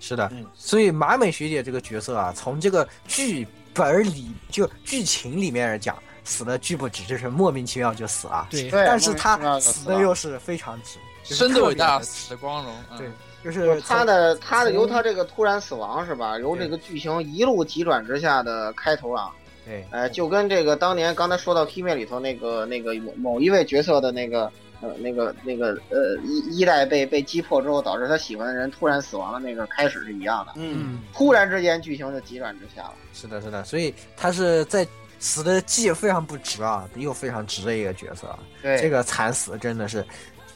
是的
嗯，
所以马美学姐这个角色啊，从这个剧本里就剧情里面讲，死的巨不值，就是莫名其妙就死了。
对，
对
但是
莫名
她
其妙就死
死
了
的又是非常值，就是
生的伟大，
特别
死的光荣。嗯
对值，就是
他的他的
从
由他这个突然死亡是吧？由这个剧情一路急转直下的开头啊，
对
呃，就跟这个当年刚才说到 T 妹里头那个那个某某一位角色的那个呃那个那个呃一一代被被击破之后，导致他喜欢的人突然死亡的那个开始是一样的。
嗯，
嗯，
突然之间剧情就急转直下了。
是的，是的，所以他是在死的既非常不值啊，又非常值的一个角色啊。
对，
这个惨死真的是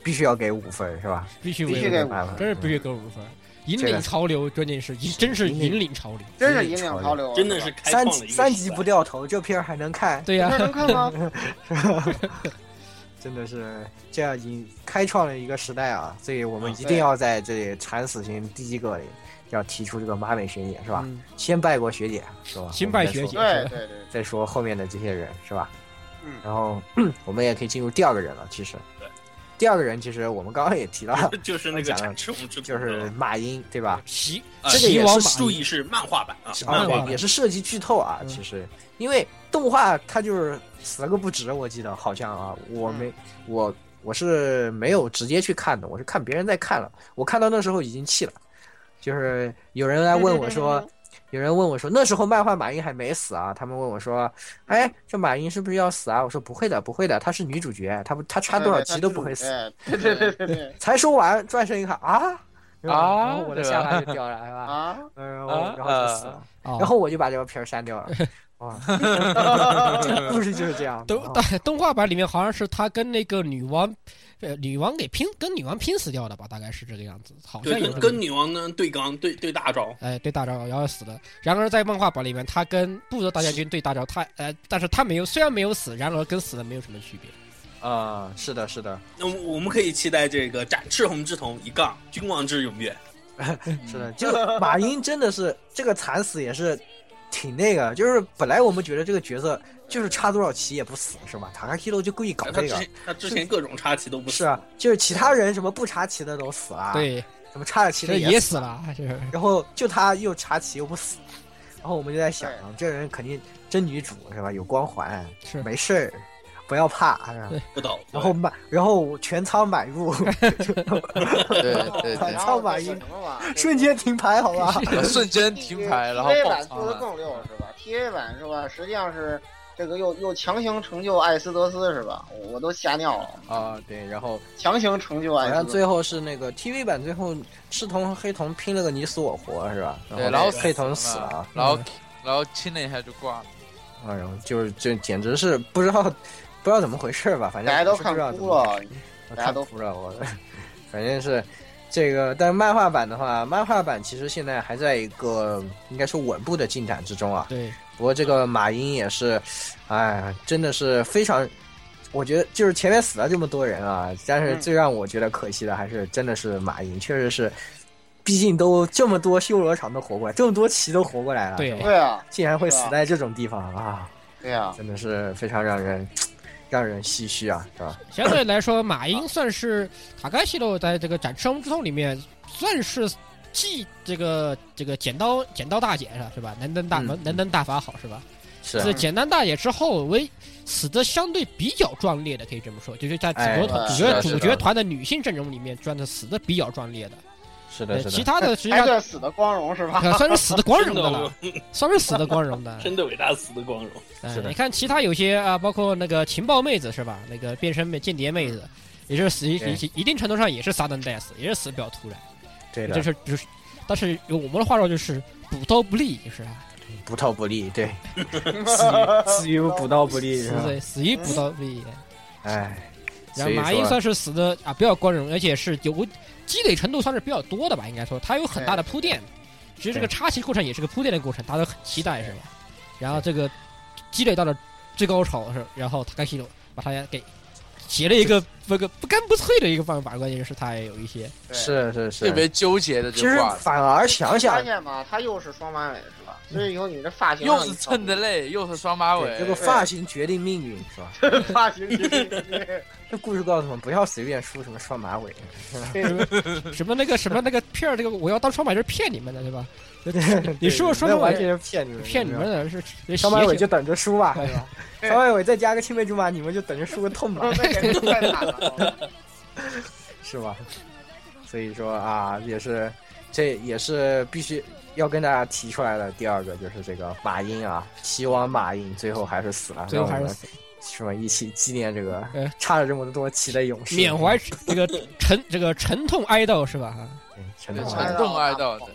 必须要给五分，是吧？
必须
必须
为
给
我
五
分
真是必须给我五分。引
这
领
个
潮流，关键是真是
引领
引领潮流。
真是引领潮流，
真的是开
三
创了一个
级三
时
级
代
不掉头，这片儿还能看，
对
这
呀、
事儿能看吗？
真的是这样已开创了一个时代啊！所以我们
啊
一
对
定要在这里惨死星第一个里要提出这个马美学姐是吧？
嗯
先拜过学姐是吧？
先拜学姐
我们再说
对对对，
再说后面的这些人是吧？
嗯
然后 我们也可以进入第二个人了。其实
对，
第二个人其实我们刚刚也提到 了，
就是那个展翅红翅
就
豚
是
的，
马英对吧？
骑
啊
这个也
骑王
是
马
注意是漫画版啊，
是
漫
漫
画
画
啊，
版
版
也是涉及剧透啊。
嗯
其实，因为动画它就是死了个不止，我记得好像啊，我没我我是没有直接去看的，我是看别人在看了，我看到那时候已经气了，就是有人来问我说。有人问我说：“那时候漫画马英还没死啊？”他们问我说：“哎，这马英是不是要死啊？”我说：“不会的，不会的，她是女主角，她不，她穿多少集都不会死。
对对对对对”
才说完，转身一看啊，然后
啊
然后我的
对
下
吧
巴就掉了，是吧？
啊！
嗯，然
啊
后然后就死了。
啊，
然后我就把这个片儿删掉了。哇， 这个故事就是这样。
哦动
啊
动动画版里面好像是他跟那个女王，呃，女王给拼跟女王拼死掉的吧，大概是这个样子，好像
对，
有
跟
这么
跟女王呢对刚对对大招，
哎对大招要死了。然而在漫画版里面，他跟布德大将军对大招，他呃，但是他没有，虽然没有死，然而跟死了没有什么区别。
啊，是的，是的，
那我我们可以期待这个展翅红之瞳一杠，君王之永远。
是的，嗯就马英真的是这个惨死也是挺那个，就是本来我们觉得这个角色就是差多少棋也不死是吧？塔卡基罗就故意搞
哎他
这
之
个，
前他之前各种插旗都不
是啊，就是其他人什么不查棋的都死了，，
对，
什么插了棋
这
的
哎也
啊也
死，了，这是
然后就他又查棋又不死，然后我们就在想
对，
这人肯定真女主是吧？有光环，
是
没事儿，不要怕，是吧？
不倒，
然后买，然后全仓买 入，
然后
对对对
那个什么嘛，
瞬间停牌，好吧？
对，瞬间停牌，然后
TA
爆
版
仓啊
做的
了。
更溜是吧？TA 版是吧？实际上是这个又又强行成就艾斯德斯是吧？我我都吓尿了，
啊，对，然后
强行成就
好
艾斯
像
德斯。
最后是那个 TV 版，最后赤瞳和黑瞳拼了个你死我活，是吧？
对，然后
黑瞳死了，
然
嗯
后然后亲了一下就挂了。
啊，然后就是这简直是不知道不知道怎么回事吧，反正
大家都
我是不
看
知道怎
哭
么回事
了，
我
大
看
家都
哭了，我反正是这个。但漫画版的话，漫画版其实现在还在一个应该说稳步的进展之中啊。
对，
不过这个马英也是，哎，真的是非常，我觉得就是前面死了这么多人啊，但是
嗯
最让我觉得可惜的还是真的是马英，确实是，毕竟都这么多修罗场都活过来，这么多棋都活过来了，
对
是吧
对啊，
竟然会
是啊
死在这种地方啊，
对啊，
真的是非常让人让人唏嘘啊，是吧？
相对来说，马英算是卡卡西洛在这个《斩赤红之痛》里面算是继这个这个剪刀剪刀大姐是吧是吧？能登大能
嗯
能登大法好是吧？
是啊
这简单大姐之后为死的相对比较壮烈的，可以这么说，就是在主
哎
角团、主
是
角
的是
主
的
角团的女性阵容里面，算是死的比较壮烈的。
是
呃
的，是
其
的，
他的实际
还
上
算死的光荣是吧？
呃算是死的光荣
哎 真
的
的
了
我，
算是死的光荣的。
真的伟大死的光荣。
哎
是的
你看其他有些啊，包括那个情报妹子是吧？那个变身妹、间谍妹子，也是死一
对
一定程度上也是 sudden death，也是死得比较突然，
对
就
的，
是就是，但是用我们的话说就是补刀不利，就是啊
不套不 利，对， 死于死于补刀不利，是啊
死
吧？
对死于补刀不利。
哎，
然
所
后
以
马英
说
算是死的啊比较光荣，而且是有积累程度算是比较多的吧，应该说他有很大的铺垫。其实这个插旗过程也是个铺垫的过程，大家都很期待是吧？然后这个积累到了最高潮是，然后他开始把他给结了一个不个不干不脆的一个办法，关键是他也有一 些
对
是是是，
特别纠结的
其
就
实
挂了，
反而想
发
想，
现嘛，他又是双马尾是吧？所以以后你这发型
又是蹭的泪，又是双马尾
对，这个发型决定命运，是 吧？
发型 决定，
这故事告诉我们，不要随便梳什么双马尾，
什么那个什么那个片儿，这个我要当双马是骗你们的对吧？你说
对
说
那
说
完全是骗你们，
骗你们
的。
的是是
双马尾
邪
就
性
等着梳吧，
对吧？
双马尾再加个青梅竹马，你们就等着梳个痛吧
那，肯定太惨了。
是吧？所以说啊，也是，这也是必须要跟大家提出来的第二个，就是这个马英啊，棋王马英最后还是死了，
最后
让
还是
我们
死了
是吧？一起纪念这个
哎
差了这么多棋的勇士，
缅怀这个沉这个沉痛哀悼是吧？啊
对嗯陈
对
同
陈
爱
动 爱到的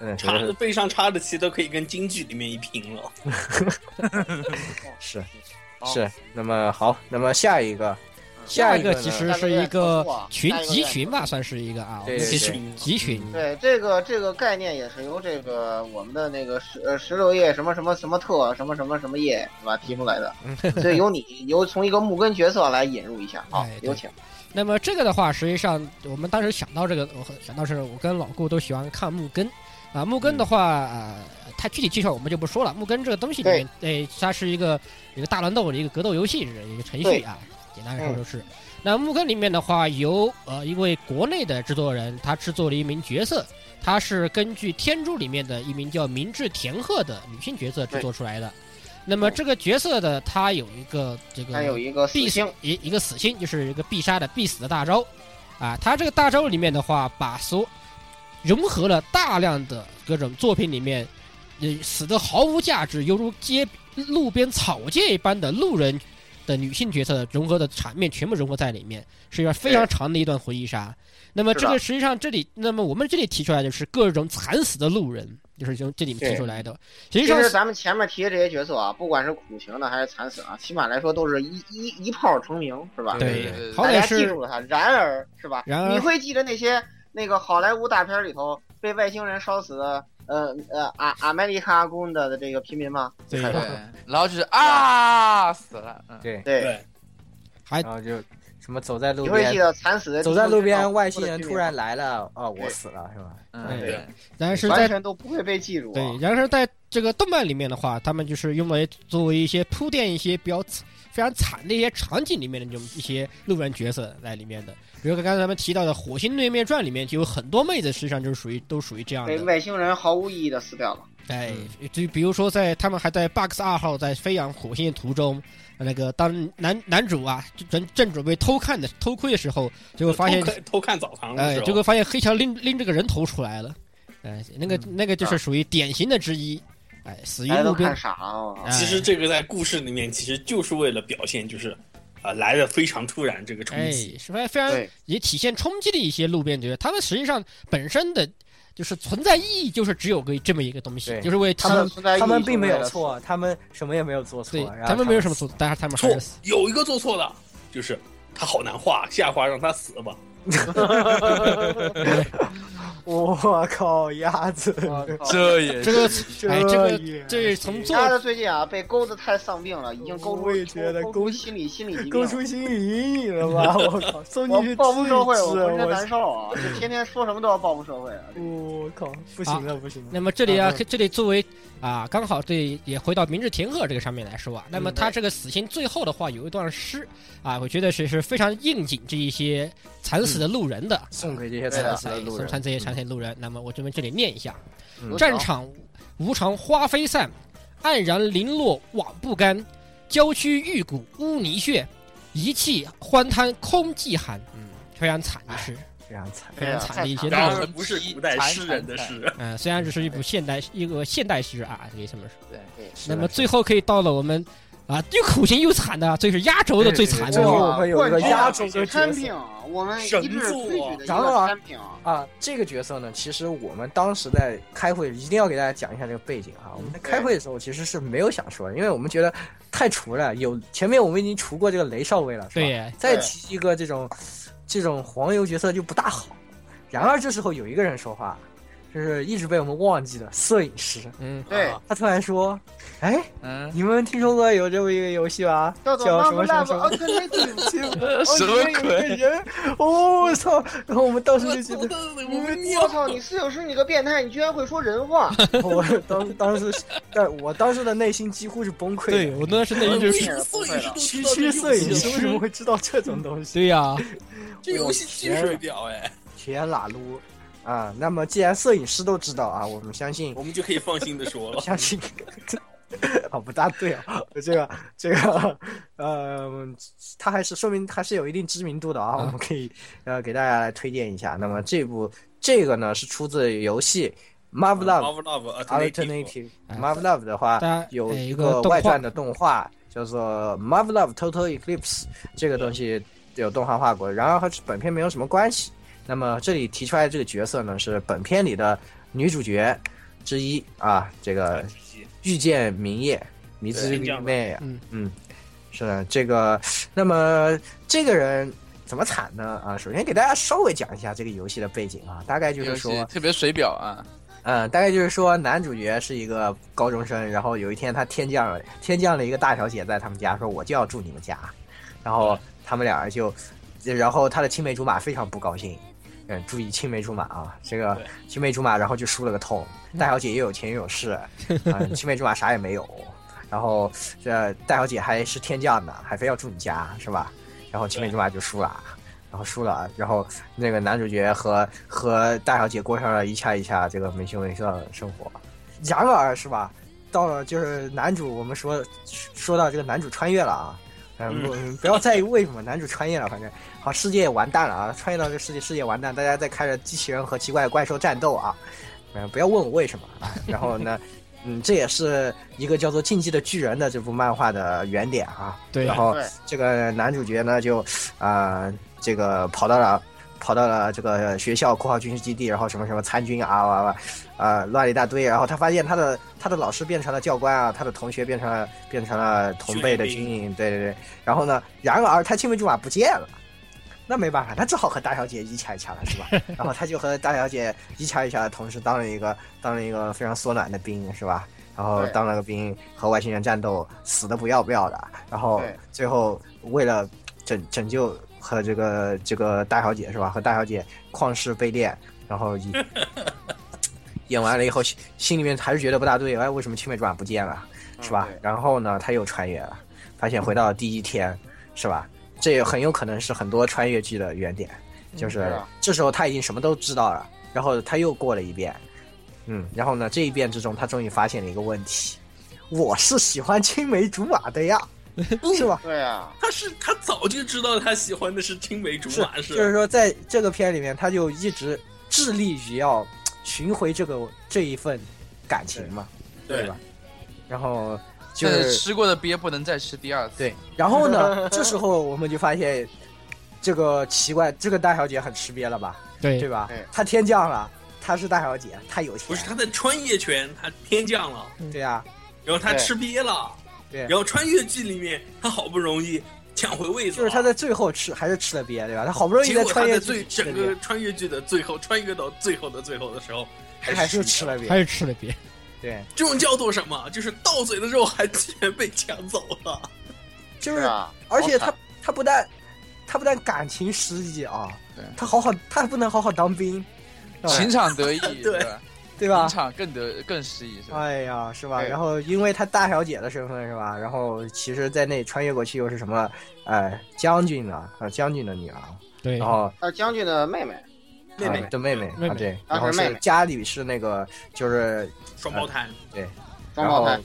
嗯，
插
是
背上插的旗都可以跟京剧里面一拼了。
是
好
是。那么好，那么下一个，
下
一
一个
呢
其实是一
下一个愿不错
个
啊
群
下一个
集
愿不
群吧，
错
算是一个啊，我
对
们
对
集
对
群集群
对这个这个概念也是由这个我们的那个石呃石榴叶什么什么什么特啊什么什么什么叶是吧提出来的，
嗯
所以由你由从一个木根角色来引入一下，好
哎，对
有请。
那么这个的话，实际上我们当时想到这个，我想到是我跟老顾都喜欢看木根啊。木根的话，
嗯
呃，它具体技巧我们就不说了。木根这个东西里面，哎，它是一个一个大乱斗的一个格斗游戏的一个程序
对嗯
啊，简单来说就是。那木根里面的话，由呃一位国内的制作人，他制作了一名角色，他是根据《天珠》里面的一名叫明智田鹤的女性角色制作出来的。那么这个角色的，它有一个这个
它有一个四
嗯必
星，
一一个死星，就是一个必杀的必死的大招，啊，他这个大招里面的话，把所融合了大量的各种作品里面，呃，死的毫无价值，犹如街路边草芥一般的路人的女性角色融合的场面全部融合在里面，是一个非常长的一段回忆杀。那么这
是
个
的
实际上这里，那么我们这里提出来就是各种惨死的路人，就是从这里面提出来的。实际
其
上
实咱们前面提的这些角色啊，不管是苦情的还是惨死啊，起码来说都是一一一炮成名，是吧？
对
对对
好
大家
歹
记
是
住了他。然而，是吧？
然而
你会记得那些那个好莱坞大片里头被外星人烧死的，呃呃，阿阿梅利卡公的的这个平民吗？
对
还
对
有，
然后就是啊死了，嗯，
对，
对，
对，
哎
然后就什么走在路
你会记
边，
得惨死的
走在路
地
边，
球
外
上
星人突然来了，哦，我
对
死了是吧？
嗯
对
对，
但是在
完全都不会被记住啊。
对，然而在这个动漫里面的话，他们就是用来作为一些铺垫一些比较惨非常惨的一些场景里面的这种一些路人角色在里面的。比如刚才咱们提到的《火星灭灭传》里面就有很多妹子，实际上就是属于都属于这样
被
的。
外星人毫无意义的死掉了。
哎，就比如说在他们还在 Box 二号在飞扬火星的途中，那个当男男主啊正正准备偷看的偷窥的时候，结果发现
偷看偷看澡堂的
哎
时，候，
结果发现黑桥拎拎这个人头出来了，哎，那个那个就是属于典型的之一，哎，死于
大家
路
都
边
看。傻了啊。
哎
其实这个在故事里面其实就是为了表现，就是啊、来的非常突然，这个冲
哎，
击。
是非常非常
对
也体现冲击的一些路边角色，他们实际上本身的就是存在意义就是只有个这么一个东西
对，
就是为
他
他
们
们
存在意义
他们
就
并没
为
有
了
错，他们什么也没有做错
对，
然后
他们没有什么错，但是他们哎还
错
是死。
有一个做错的，就是他好难画，下画让他死吧。
我靠，鸭子，
啊
这也
这个
这
哎，这个
也
这从做
鸭子最近啊被勾的太丧病了，已经勾出
我也觉得
勾
勾
出心理心理疾病
勾
了。
出心理阴影了 吧？我靠，送
我
进去
报复社会，我浑身
我
难受啊！就天天说什么都要报复社会啊！
嗯我靠，不行了，不行了。
那么这里啊
嗯，
这里作为啊，刚好对也回到明治田鹤这个上面来说啊，那
嗯
么他这个死刑最后的话有一段诗啊，我觉得是是非常应景这一些惨死的路人的，
送给这些
对的
嗯惨死的
哎
路
送
人，
参这些残血路人。那么我这边这里念一下：
嗯
战场无常花飞散，黯然零落瓦不干，郊区玉骨污泥穴，一气欢贪空寂寒。嗯，非常惨的是，
嗯非常惨。
非常惨的一些
哎
路
呀
然
太
人
惨。
而不是古代诗人的
哎
诗，
嗯，虽然这是一部现代一个现代诗啊，可以这么说。
是
那
的
么最后可以到了我们啊，又苦行又惨的，最是压轴的最惨
这
的
个
对对啊
了。
我们有一个压轴的角
产
色
品，我们一致推举的一个
神作啊
产品啊！
啊，这个角色呢，其实我们当时在开会，一定要给大家讲一下这个背景啊。我们在开会的时候其实是没有想说的，因为我们觉得太除了，有前面我们已经除过这个雷少尉了，是吧？
对，
再提一个这种这种黄油角色就不大好。然而这时候有一个人说话，就是一直被我们忘记的摄影师，
嗯，
啊
对，
他突然说：“哎，
嗯，
你们听说过有这么一个游戏吗？
叫
叫什
做
么
Love
什么什
Love
么
Alternative，
哦
什么鬼？
人？哦，我操！然后我们当时就觉得。”
我操！你室友是你个变态，你居然会说人 话！
我当当时，但我当时的内心几乎是崩溃的。
对我当时内心 就是，
不会了，
区区摄影师为什么会知道这种 东西？
对呀、
这游戏技术表 哎，
天啦噜啊！那么既然摄影师都知道啊，我们相信
我们就可以放心的说了。
相信， 啊不大对啊，这个这个呃，他还是说明还是有一定知名度的啊，我们可以呃给大家来推荐一下。那么这部这个呢是出自游戏《Marv Love》。
啊 Love Love Alternative，
Alternative
哎
Marv Love 的
大家
话，有
哎一
一
个
个
动
外
画
传的动画，叫做《Marvel of Total Eclipse》这个东西有动画化过，然而和本片没有什么关系。那么这里提出来的这个角色呢，是本片里的女主角之一啊，这个遇见明夜，迷之
对
明妹啊
嗯，
嗯，是的，这个，那么这个人怎么惨呢？啊，首先给大家稍微讲一下这个游戏的背景啊，大概就是
游戏
说，
特别水表啊，
嗯，大概就是说，男主角是一个高中生，然后有一天他天降了天降了一个大小姐在他们家，说我就要住你们家，然后他们俩就，然后他的青梅竹马非常不高兴，嗯，注意青梅竹马啊，这个
对
青梅竹马，然后就输了个痛，大小姐又有钱又有势，嗯，青梅竹马啥也没有，然后这大小姐还是天降的，还非要住你家是吧？然后青梅竹马就输了。然后输了，然后那个男主角和和大小姐过上了一下一下这个没羞没臊的生活。然而是吧，到了就是男主，我们说说到这个男主穿越了啊，嗯，不不 要在意为什么男主穿越了，反正好世界完蛋了啊，穿越到这个世界世界完蛋，大家在开着机器人和奇怪的怪兽战斗啊，嗯，不要问我为什么啊。然后呢， 嗯，这也是一个叫做《进击的巨人》的这部漫画的原点啊。
对
然后
对
这个男主角呢，就啊、这个跑到了跑到了这个学校（括号军事基地），然后什么什么参军啊哇哇，啊乱了一大堆。然后他发现他的他的老师变成了教官啊，他的同学变成了变成了同辈的
训
军
练
营，对对对。然后呢，然而他青梅竹马不见了。那没办法，他只好和大小姐一掐一掐了，是吧？然后他就和大小姐一掐一掐的同时，当了一个当了一个非常缩暖的兵，是吧？然后
对
当了个兵，和外星人战斗，死的不要不要的。然后
对
最后为了拯拯救和这个这个大小姐是吧？和大小姐旷世被恋，然后一演完了以后，心心里面还是觉得不大对，哎，为什么青梅竹马不见了，是吧？
嗯
然后呢，他又穿越了，发现回到第一天，是吧？这也很有可能是很多穿越剧的原点，就是
是啊
这时候他已经什么都知道了，然后他又过了一遍，嗯，然后呢，这一遍之中，他终于发现了一个问题，我是喜欢青梅竹马的呀，是 吧？
对啊，
他是他早就知道他喜欢的是青梅竹马，
就，是说，在这个片里面，他就一直致力于要寻回这个这一份感情嘛，对
对
吧？然后就
但是
是
吃过的鳖不能再吃第二次。
对，然后呢，这时候我们就发现，这个奇怪，这个大小姐很吃瘪了吧，
对
对吧
对？
她天降了，她是大小姐，她有
不
钱
是，他在穿越圈，他天降了，
对啊，
然后他
对
吃瘪了，
对
然后穿越剧里面他好不容易抢回位子，
就是她在最后吃还是吃了瘪，对吧？她好不容易
结果
穿
他在
越
最
剧
整个穿越剧的最后，穿越到最后的最后的时候，
还是吃
吃
了瘪，
还是吃了瘪。
对，
这种叫做什么？就是到嘴的肉还全被抢走了。
就是是
啊，
而且他
好惨
他不但他不但感情失意啊
对，
他好好他还不能好好当兵，是
情
吧
场得意，
对
吧？
对
情
吧？
场更得更失意，是吧？
哎呀，是吧？
对
然后因为他大小姐的身份是吧？然后其实，在那穿越过去又是什么？呃，将军呢？啊、将军的女儿，
对
然，后
他是将军的妹妹，
妹妹
啊的妹妹
妹妹
啊，对，
啊
然后
是妹
是
妹
家里是那个就是
双胞胎，
双胞
然
胎
后，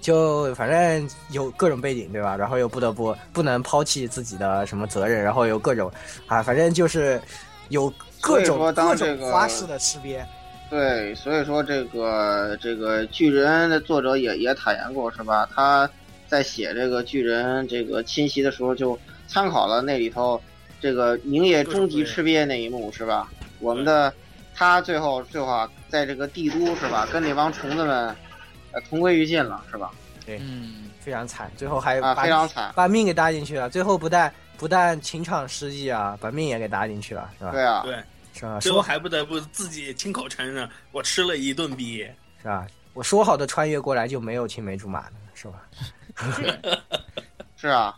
就反正有各种背景，对吧？然后又不得不不能抛弃自己的什么责任，然后有各种啊，反正就是有各
所
种
以说
各
当这
种
个
花式的吃瘪。
对，所以说这个这个巨人的作者也也坦言过是吧？他在写这个巨人这个侵袭的时候，就参考了那里头这个宁野终极吃瘪那一幕是吧？我们的他最后最后啊，在这个帝都是吧，跟那帮虫子们呃同归于尽了是吧？
哎
嗯，
非常惨，最后还
啊，
把
非常惨。
把命给搭进去了。最后不但不但情场失意啊，把命也给搭进去了，是吧？
对啊，
对
是吧？
最后
说
还不得不自己亲口承认，我吃了一顿鳖。
是吧？我说好的穿越过来就没有青梅竹马的，是吧？
是啊，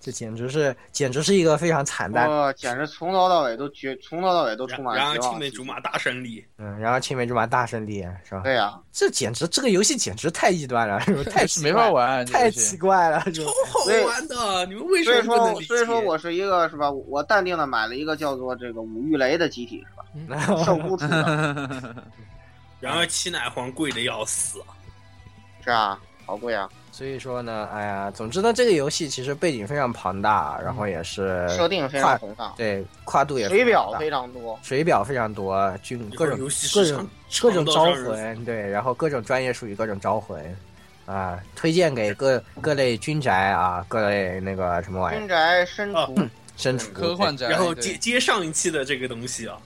这简直是简直是一个非常惨淡。
我简直从头到尾都绝，从头到尾都
然
充满
然
了
而
绝望。
青梅竹马。大胜利，
嗯，然后青梅竹马大胜利，是吧？
对呀、
这简直这个游戏简直太异端了，是 吧？太
是
奇
没
怪
法玩，啊这
太
游
奇
戏
怪了，是
超
吧？
好玩的，你们为什
所以
么不能
说
理解？
所以说我是一个是吧？我淡定的买了一个叫做这个五玉雷的机体， 受孤处的，
然而七奶黄贵的要死，
是啊，好贵啊！
所以说呢，哎呀，总之呢，这个游戏其实背景非常庞大，然后也是
设定非常宏大，
对跨度呃也
水
非常
表
大
非常多，
水表非常多，军
以后
各种
游戏
各
市
种
场
各种
长到
招
让人
魂，对，然后各种专业术语，各种招魂，啊，推荐给各各类军宅啊，各类那个什么玩意
军
儿，
宅深
哦
处
嗯身处
科幻宅，
然后
对
接接上一期的这个东西啊，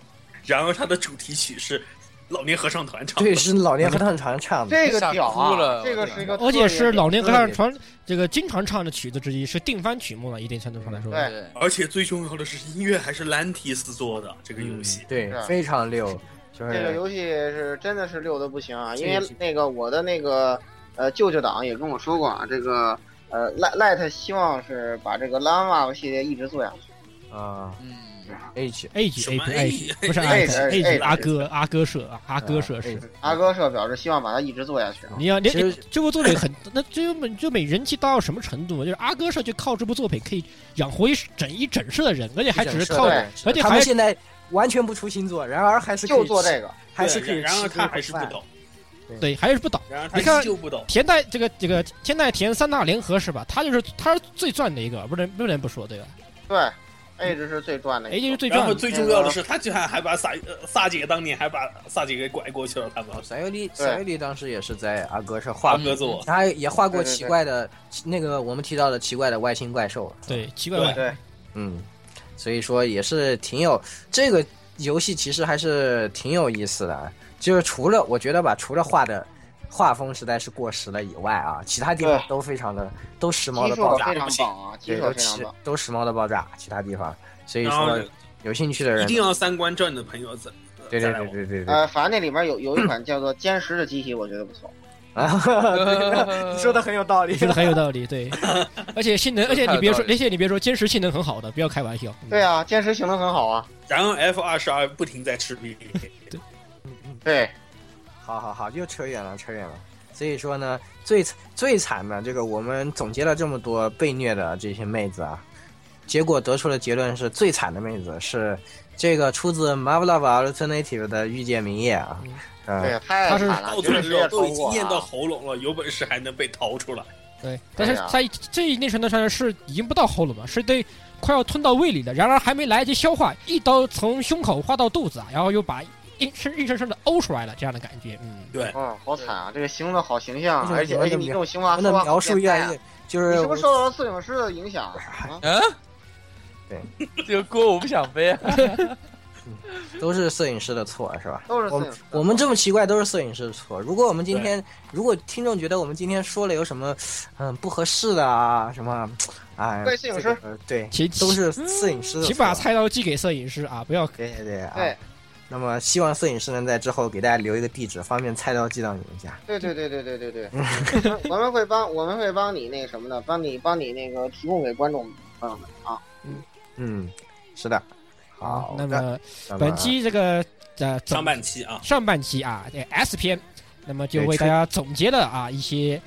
然后它的主题曲是老年合唱团唱的
对，，是老年合唱团唱的，
这个屌
吓哭
啊
了！
这个是一个特别，
而且是老年合唱
对
团这个经常唱的曲子之一，是定番曲目了，一定程度上来说。
哎
对
对
而且最重要的是音乐还是兰提斯做的这个游戏
嗯，对
是，
非常溜，就
这个
是
游戏是真的是溜的不行啊，
这
因
个
为
是
那个我的那个呃舅舅党也跟我说过啊，这个呃 Light Light 希望是把这个 l a n a 系列一直做下去。
啊
嗯，
，H
Age
什么
Age Age
Age？
不是
Age，
Age
Age，
阿哥阿哥社啊阿哥社
啊
是
H。
阿哥社表示希望把它一直做下去啊。
你要你
其实
你这部作品很，那这本这本人气大到什么程度啊？就是阿哥社就靠这部作品可以养活一整一整社的人，而且还只是靠，
对
而且
他们
还
现在完全不出新作，然而还是可以
就做
吃
这个，
还是可
对
以
然
吃
后
这
他
口
还是不
饭
懂，
对还是不倒。
然后
你看
他依旧不懂。
田代这个这个田代田三大联合是吧？他就是他是最赚的一个，不能不能不说对吧
对，Age 是最赚的一个。
？A 就是最
然
赚
后
的，
最重要的是，他居然还把萨呃萨姐当年还把萨姐给拐过去了，他们
哦，闪月丽，闪月丽当时也是在阿哥社画
大
过，
哥做。
他也画过
对对对
奇怪的那个我们提到的奇怪的外星怪兽，
对奇怪怪。
对，
嗯，所以说也是挺有这个游戏，其实还是挺有意思的。啊就是除了我觉得吧，除了画的画风实在是过时了以外啊，其他地方
对
都非常的都时髦
基
的
数
爆
非
炸，
常棒啊，基
对，
数
都
非常
时
棒。
都时髦的爆炸，其他地方。嗯所以
然后
说有兴趣的人
一，定要三观正的朋友再
对
再
对
来
对
玩。
对对对，
呃，反正那里面有有一款叫做《歼十》的机器，我觉得不错。
嗯你啊 说的很有道理
你。说的很有道理，对，而且性能，而且你别
太有
说
道，理
而且你别说，坚持性能很好的，不要开玩笑。嗯
对啊，歼十性能很好啊。
然后 F 二十二不停在吃 B，
嗯
对，
好好好，又扯远了，扯远了。所以说呢，最最惨的这个，我们总结了这么多被虐的这些妹子啊，结果得出的结论是最惨的妹子是这个出自 Marvelous Alternative 的《遇见明夜》啊
嗯，
对
呃，，
太
他
惨
是
了，
到
绝
最
对是
后都
也超
已经
过
咽
啊
到喉咙了，有本事还能被掏出来。
对，但是
对啊
在这一定程度上是已经不到喉咙了，是对快要吞到胃里了。然而还没来得及消化，一刀从胸口划到肚子啊，然后又把硬生硬生生的呕出来了，这样的感觉，嗯，
对，
哦
嗯，好惨啊！这个形容的好形象啊，
对
而且
我
而且
怎么
你这种形容啊
他的
说话
描
好
述
变
越
态
来
啊
越就
你
是
是不是受到了摄影师的影响？啊
嗯，
对，
这个锅我不想背啊。
都是摄影师的错是吧？
都是摄
我
影
们
师的
我们这么奇怪都是摄影师的错。如果我们今天，如果听众觉得我们今天说了有什么嗯不合适的啊什么，哎，
怪摄影师
这个对，
请
都是摄影师的
请
错。
把菜刀寄给摄影师啊，不要
对对对啊！
对
那么希望摄影师能在之后给大家留一个地址，方便菜刀寄到你们家。
对对对对对对对， 我们会帮我们会帮你那什么的，帮你帮你那个提供给观众朋友们啊。
嗯，是的。好
那
的
么
那么
本期这个呃总
上半期啊，
上半期啊，这 S 篇，那么就
对
为大
吹
家总结了啊一些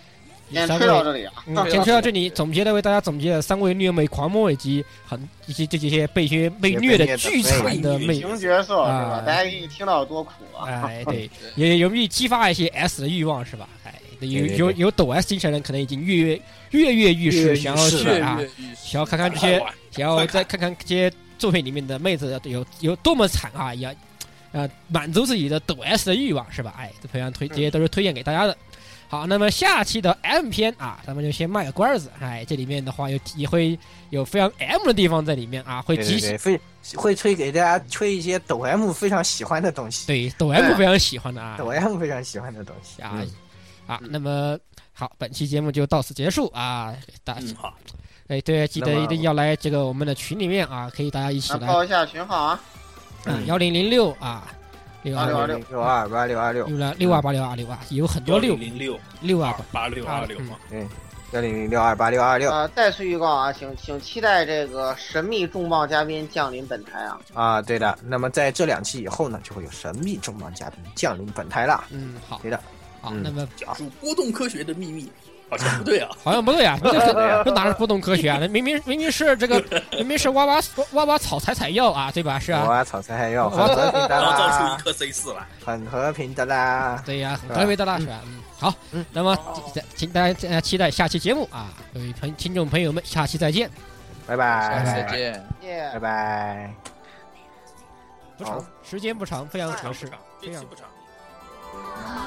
先
三
吹到
位
这里啊，
嗯，先说到这里，总结了为大家总结了三位虐妹狂魔以及很以及这这些被些被虐的巨惨的
被
妹
虐 的，
型角色是吧
啊？
大家一听到多苦啊！
哎，对，也容易激发一些 S 的欲望是吧？哎，有有有抖 S 精神的人可能已经跃跃跃跃欲试，想要 去
是的
啊，想要看看这些，想要再看看这些作品里面的妹子有有多么惨啊，也啊满足自己的抖 S 的欲望是吧？哎，这非常推，这些都是推荐给大家的。好，那么下期的 M 篇啊，咱们就先卖个关子。哎，这里面的话有也会有非常 M 的地方在里面啊，会
对对
集
对，会会吹给大家吹一些抖 M 非常喜欢的东西，
对抖 M 非常喜欢的啊，
哎抖 M 非常喜欢的东西
啊、
嗯
啊，
嗯
那么好，本期节目就到此结束啊，大
嗯好，
哎对，记
那
得
么
一定要来这个我们的群里面啊，可以大家一起
啊，
来
报一下群号啊，
嗯幺零零六啊六
八
二
六二
六嗯
六
六二八六
六六二八六二
二六
六啊，有很多六
零六
六啊
八六二六
嗯
嘛，
幺零零六二八六二六
啊，再次预告啊，请请期待这个神秘重磅嘉宾降临本台啊！
啊，对的。那么在这两期以后呢，就会有神秘重磅嘉宾降临本台了。
嗯好
对的，
好，
嗯
那么
讲述波动科学的秘密，好像不对 啊，
好像不对啊，这
对啊
这哪是波动科学啊？那明明明明是这个明明是挖挖挖挖草采采药啊，对吧？是
我
啊，
啊，草菜还要很和平的
然后造出
啦
一，颗 C 四来。
很和平的啦。
对呀，很
是吧
特别的大学啊，嗯好
嗯，
那么
哦
请请大家呃期待下期节目啊，各位朋听众朋友们，下期再见。
拜
下
拜，
次哎再见。
耶
拜拜。
不长
好，
时间不长，非常
不
合
长
适
不长，
非
这
常
期不长。
あ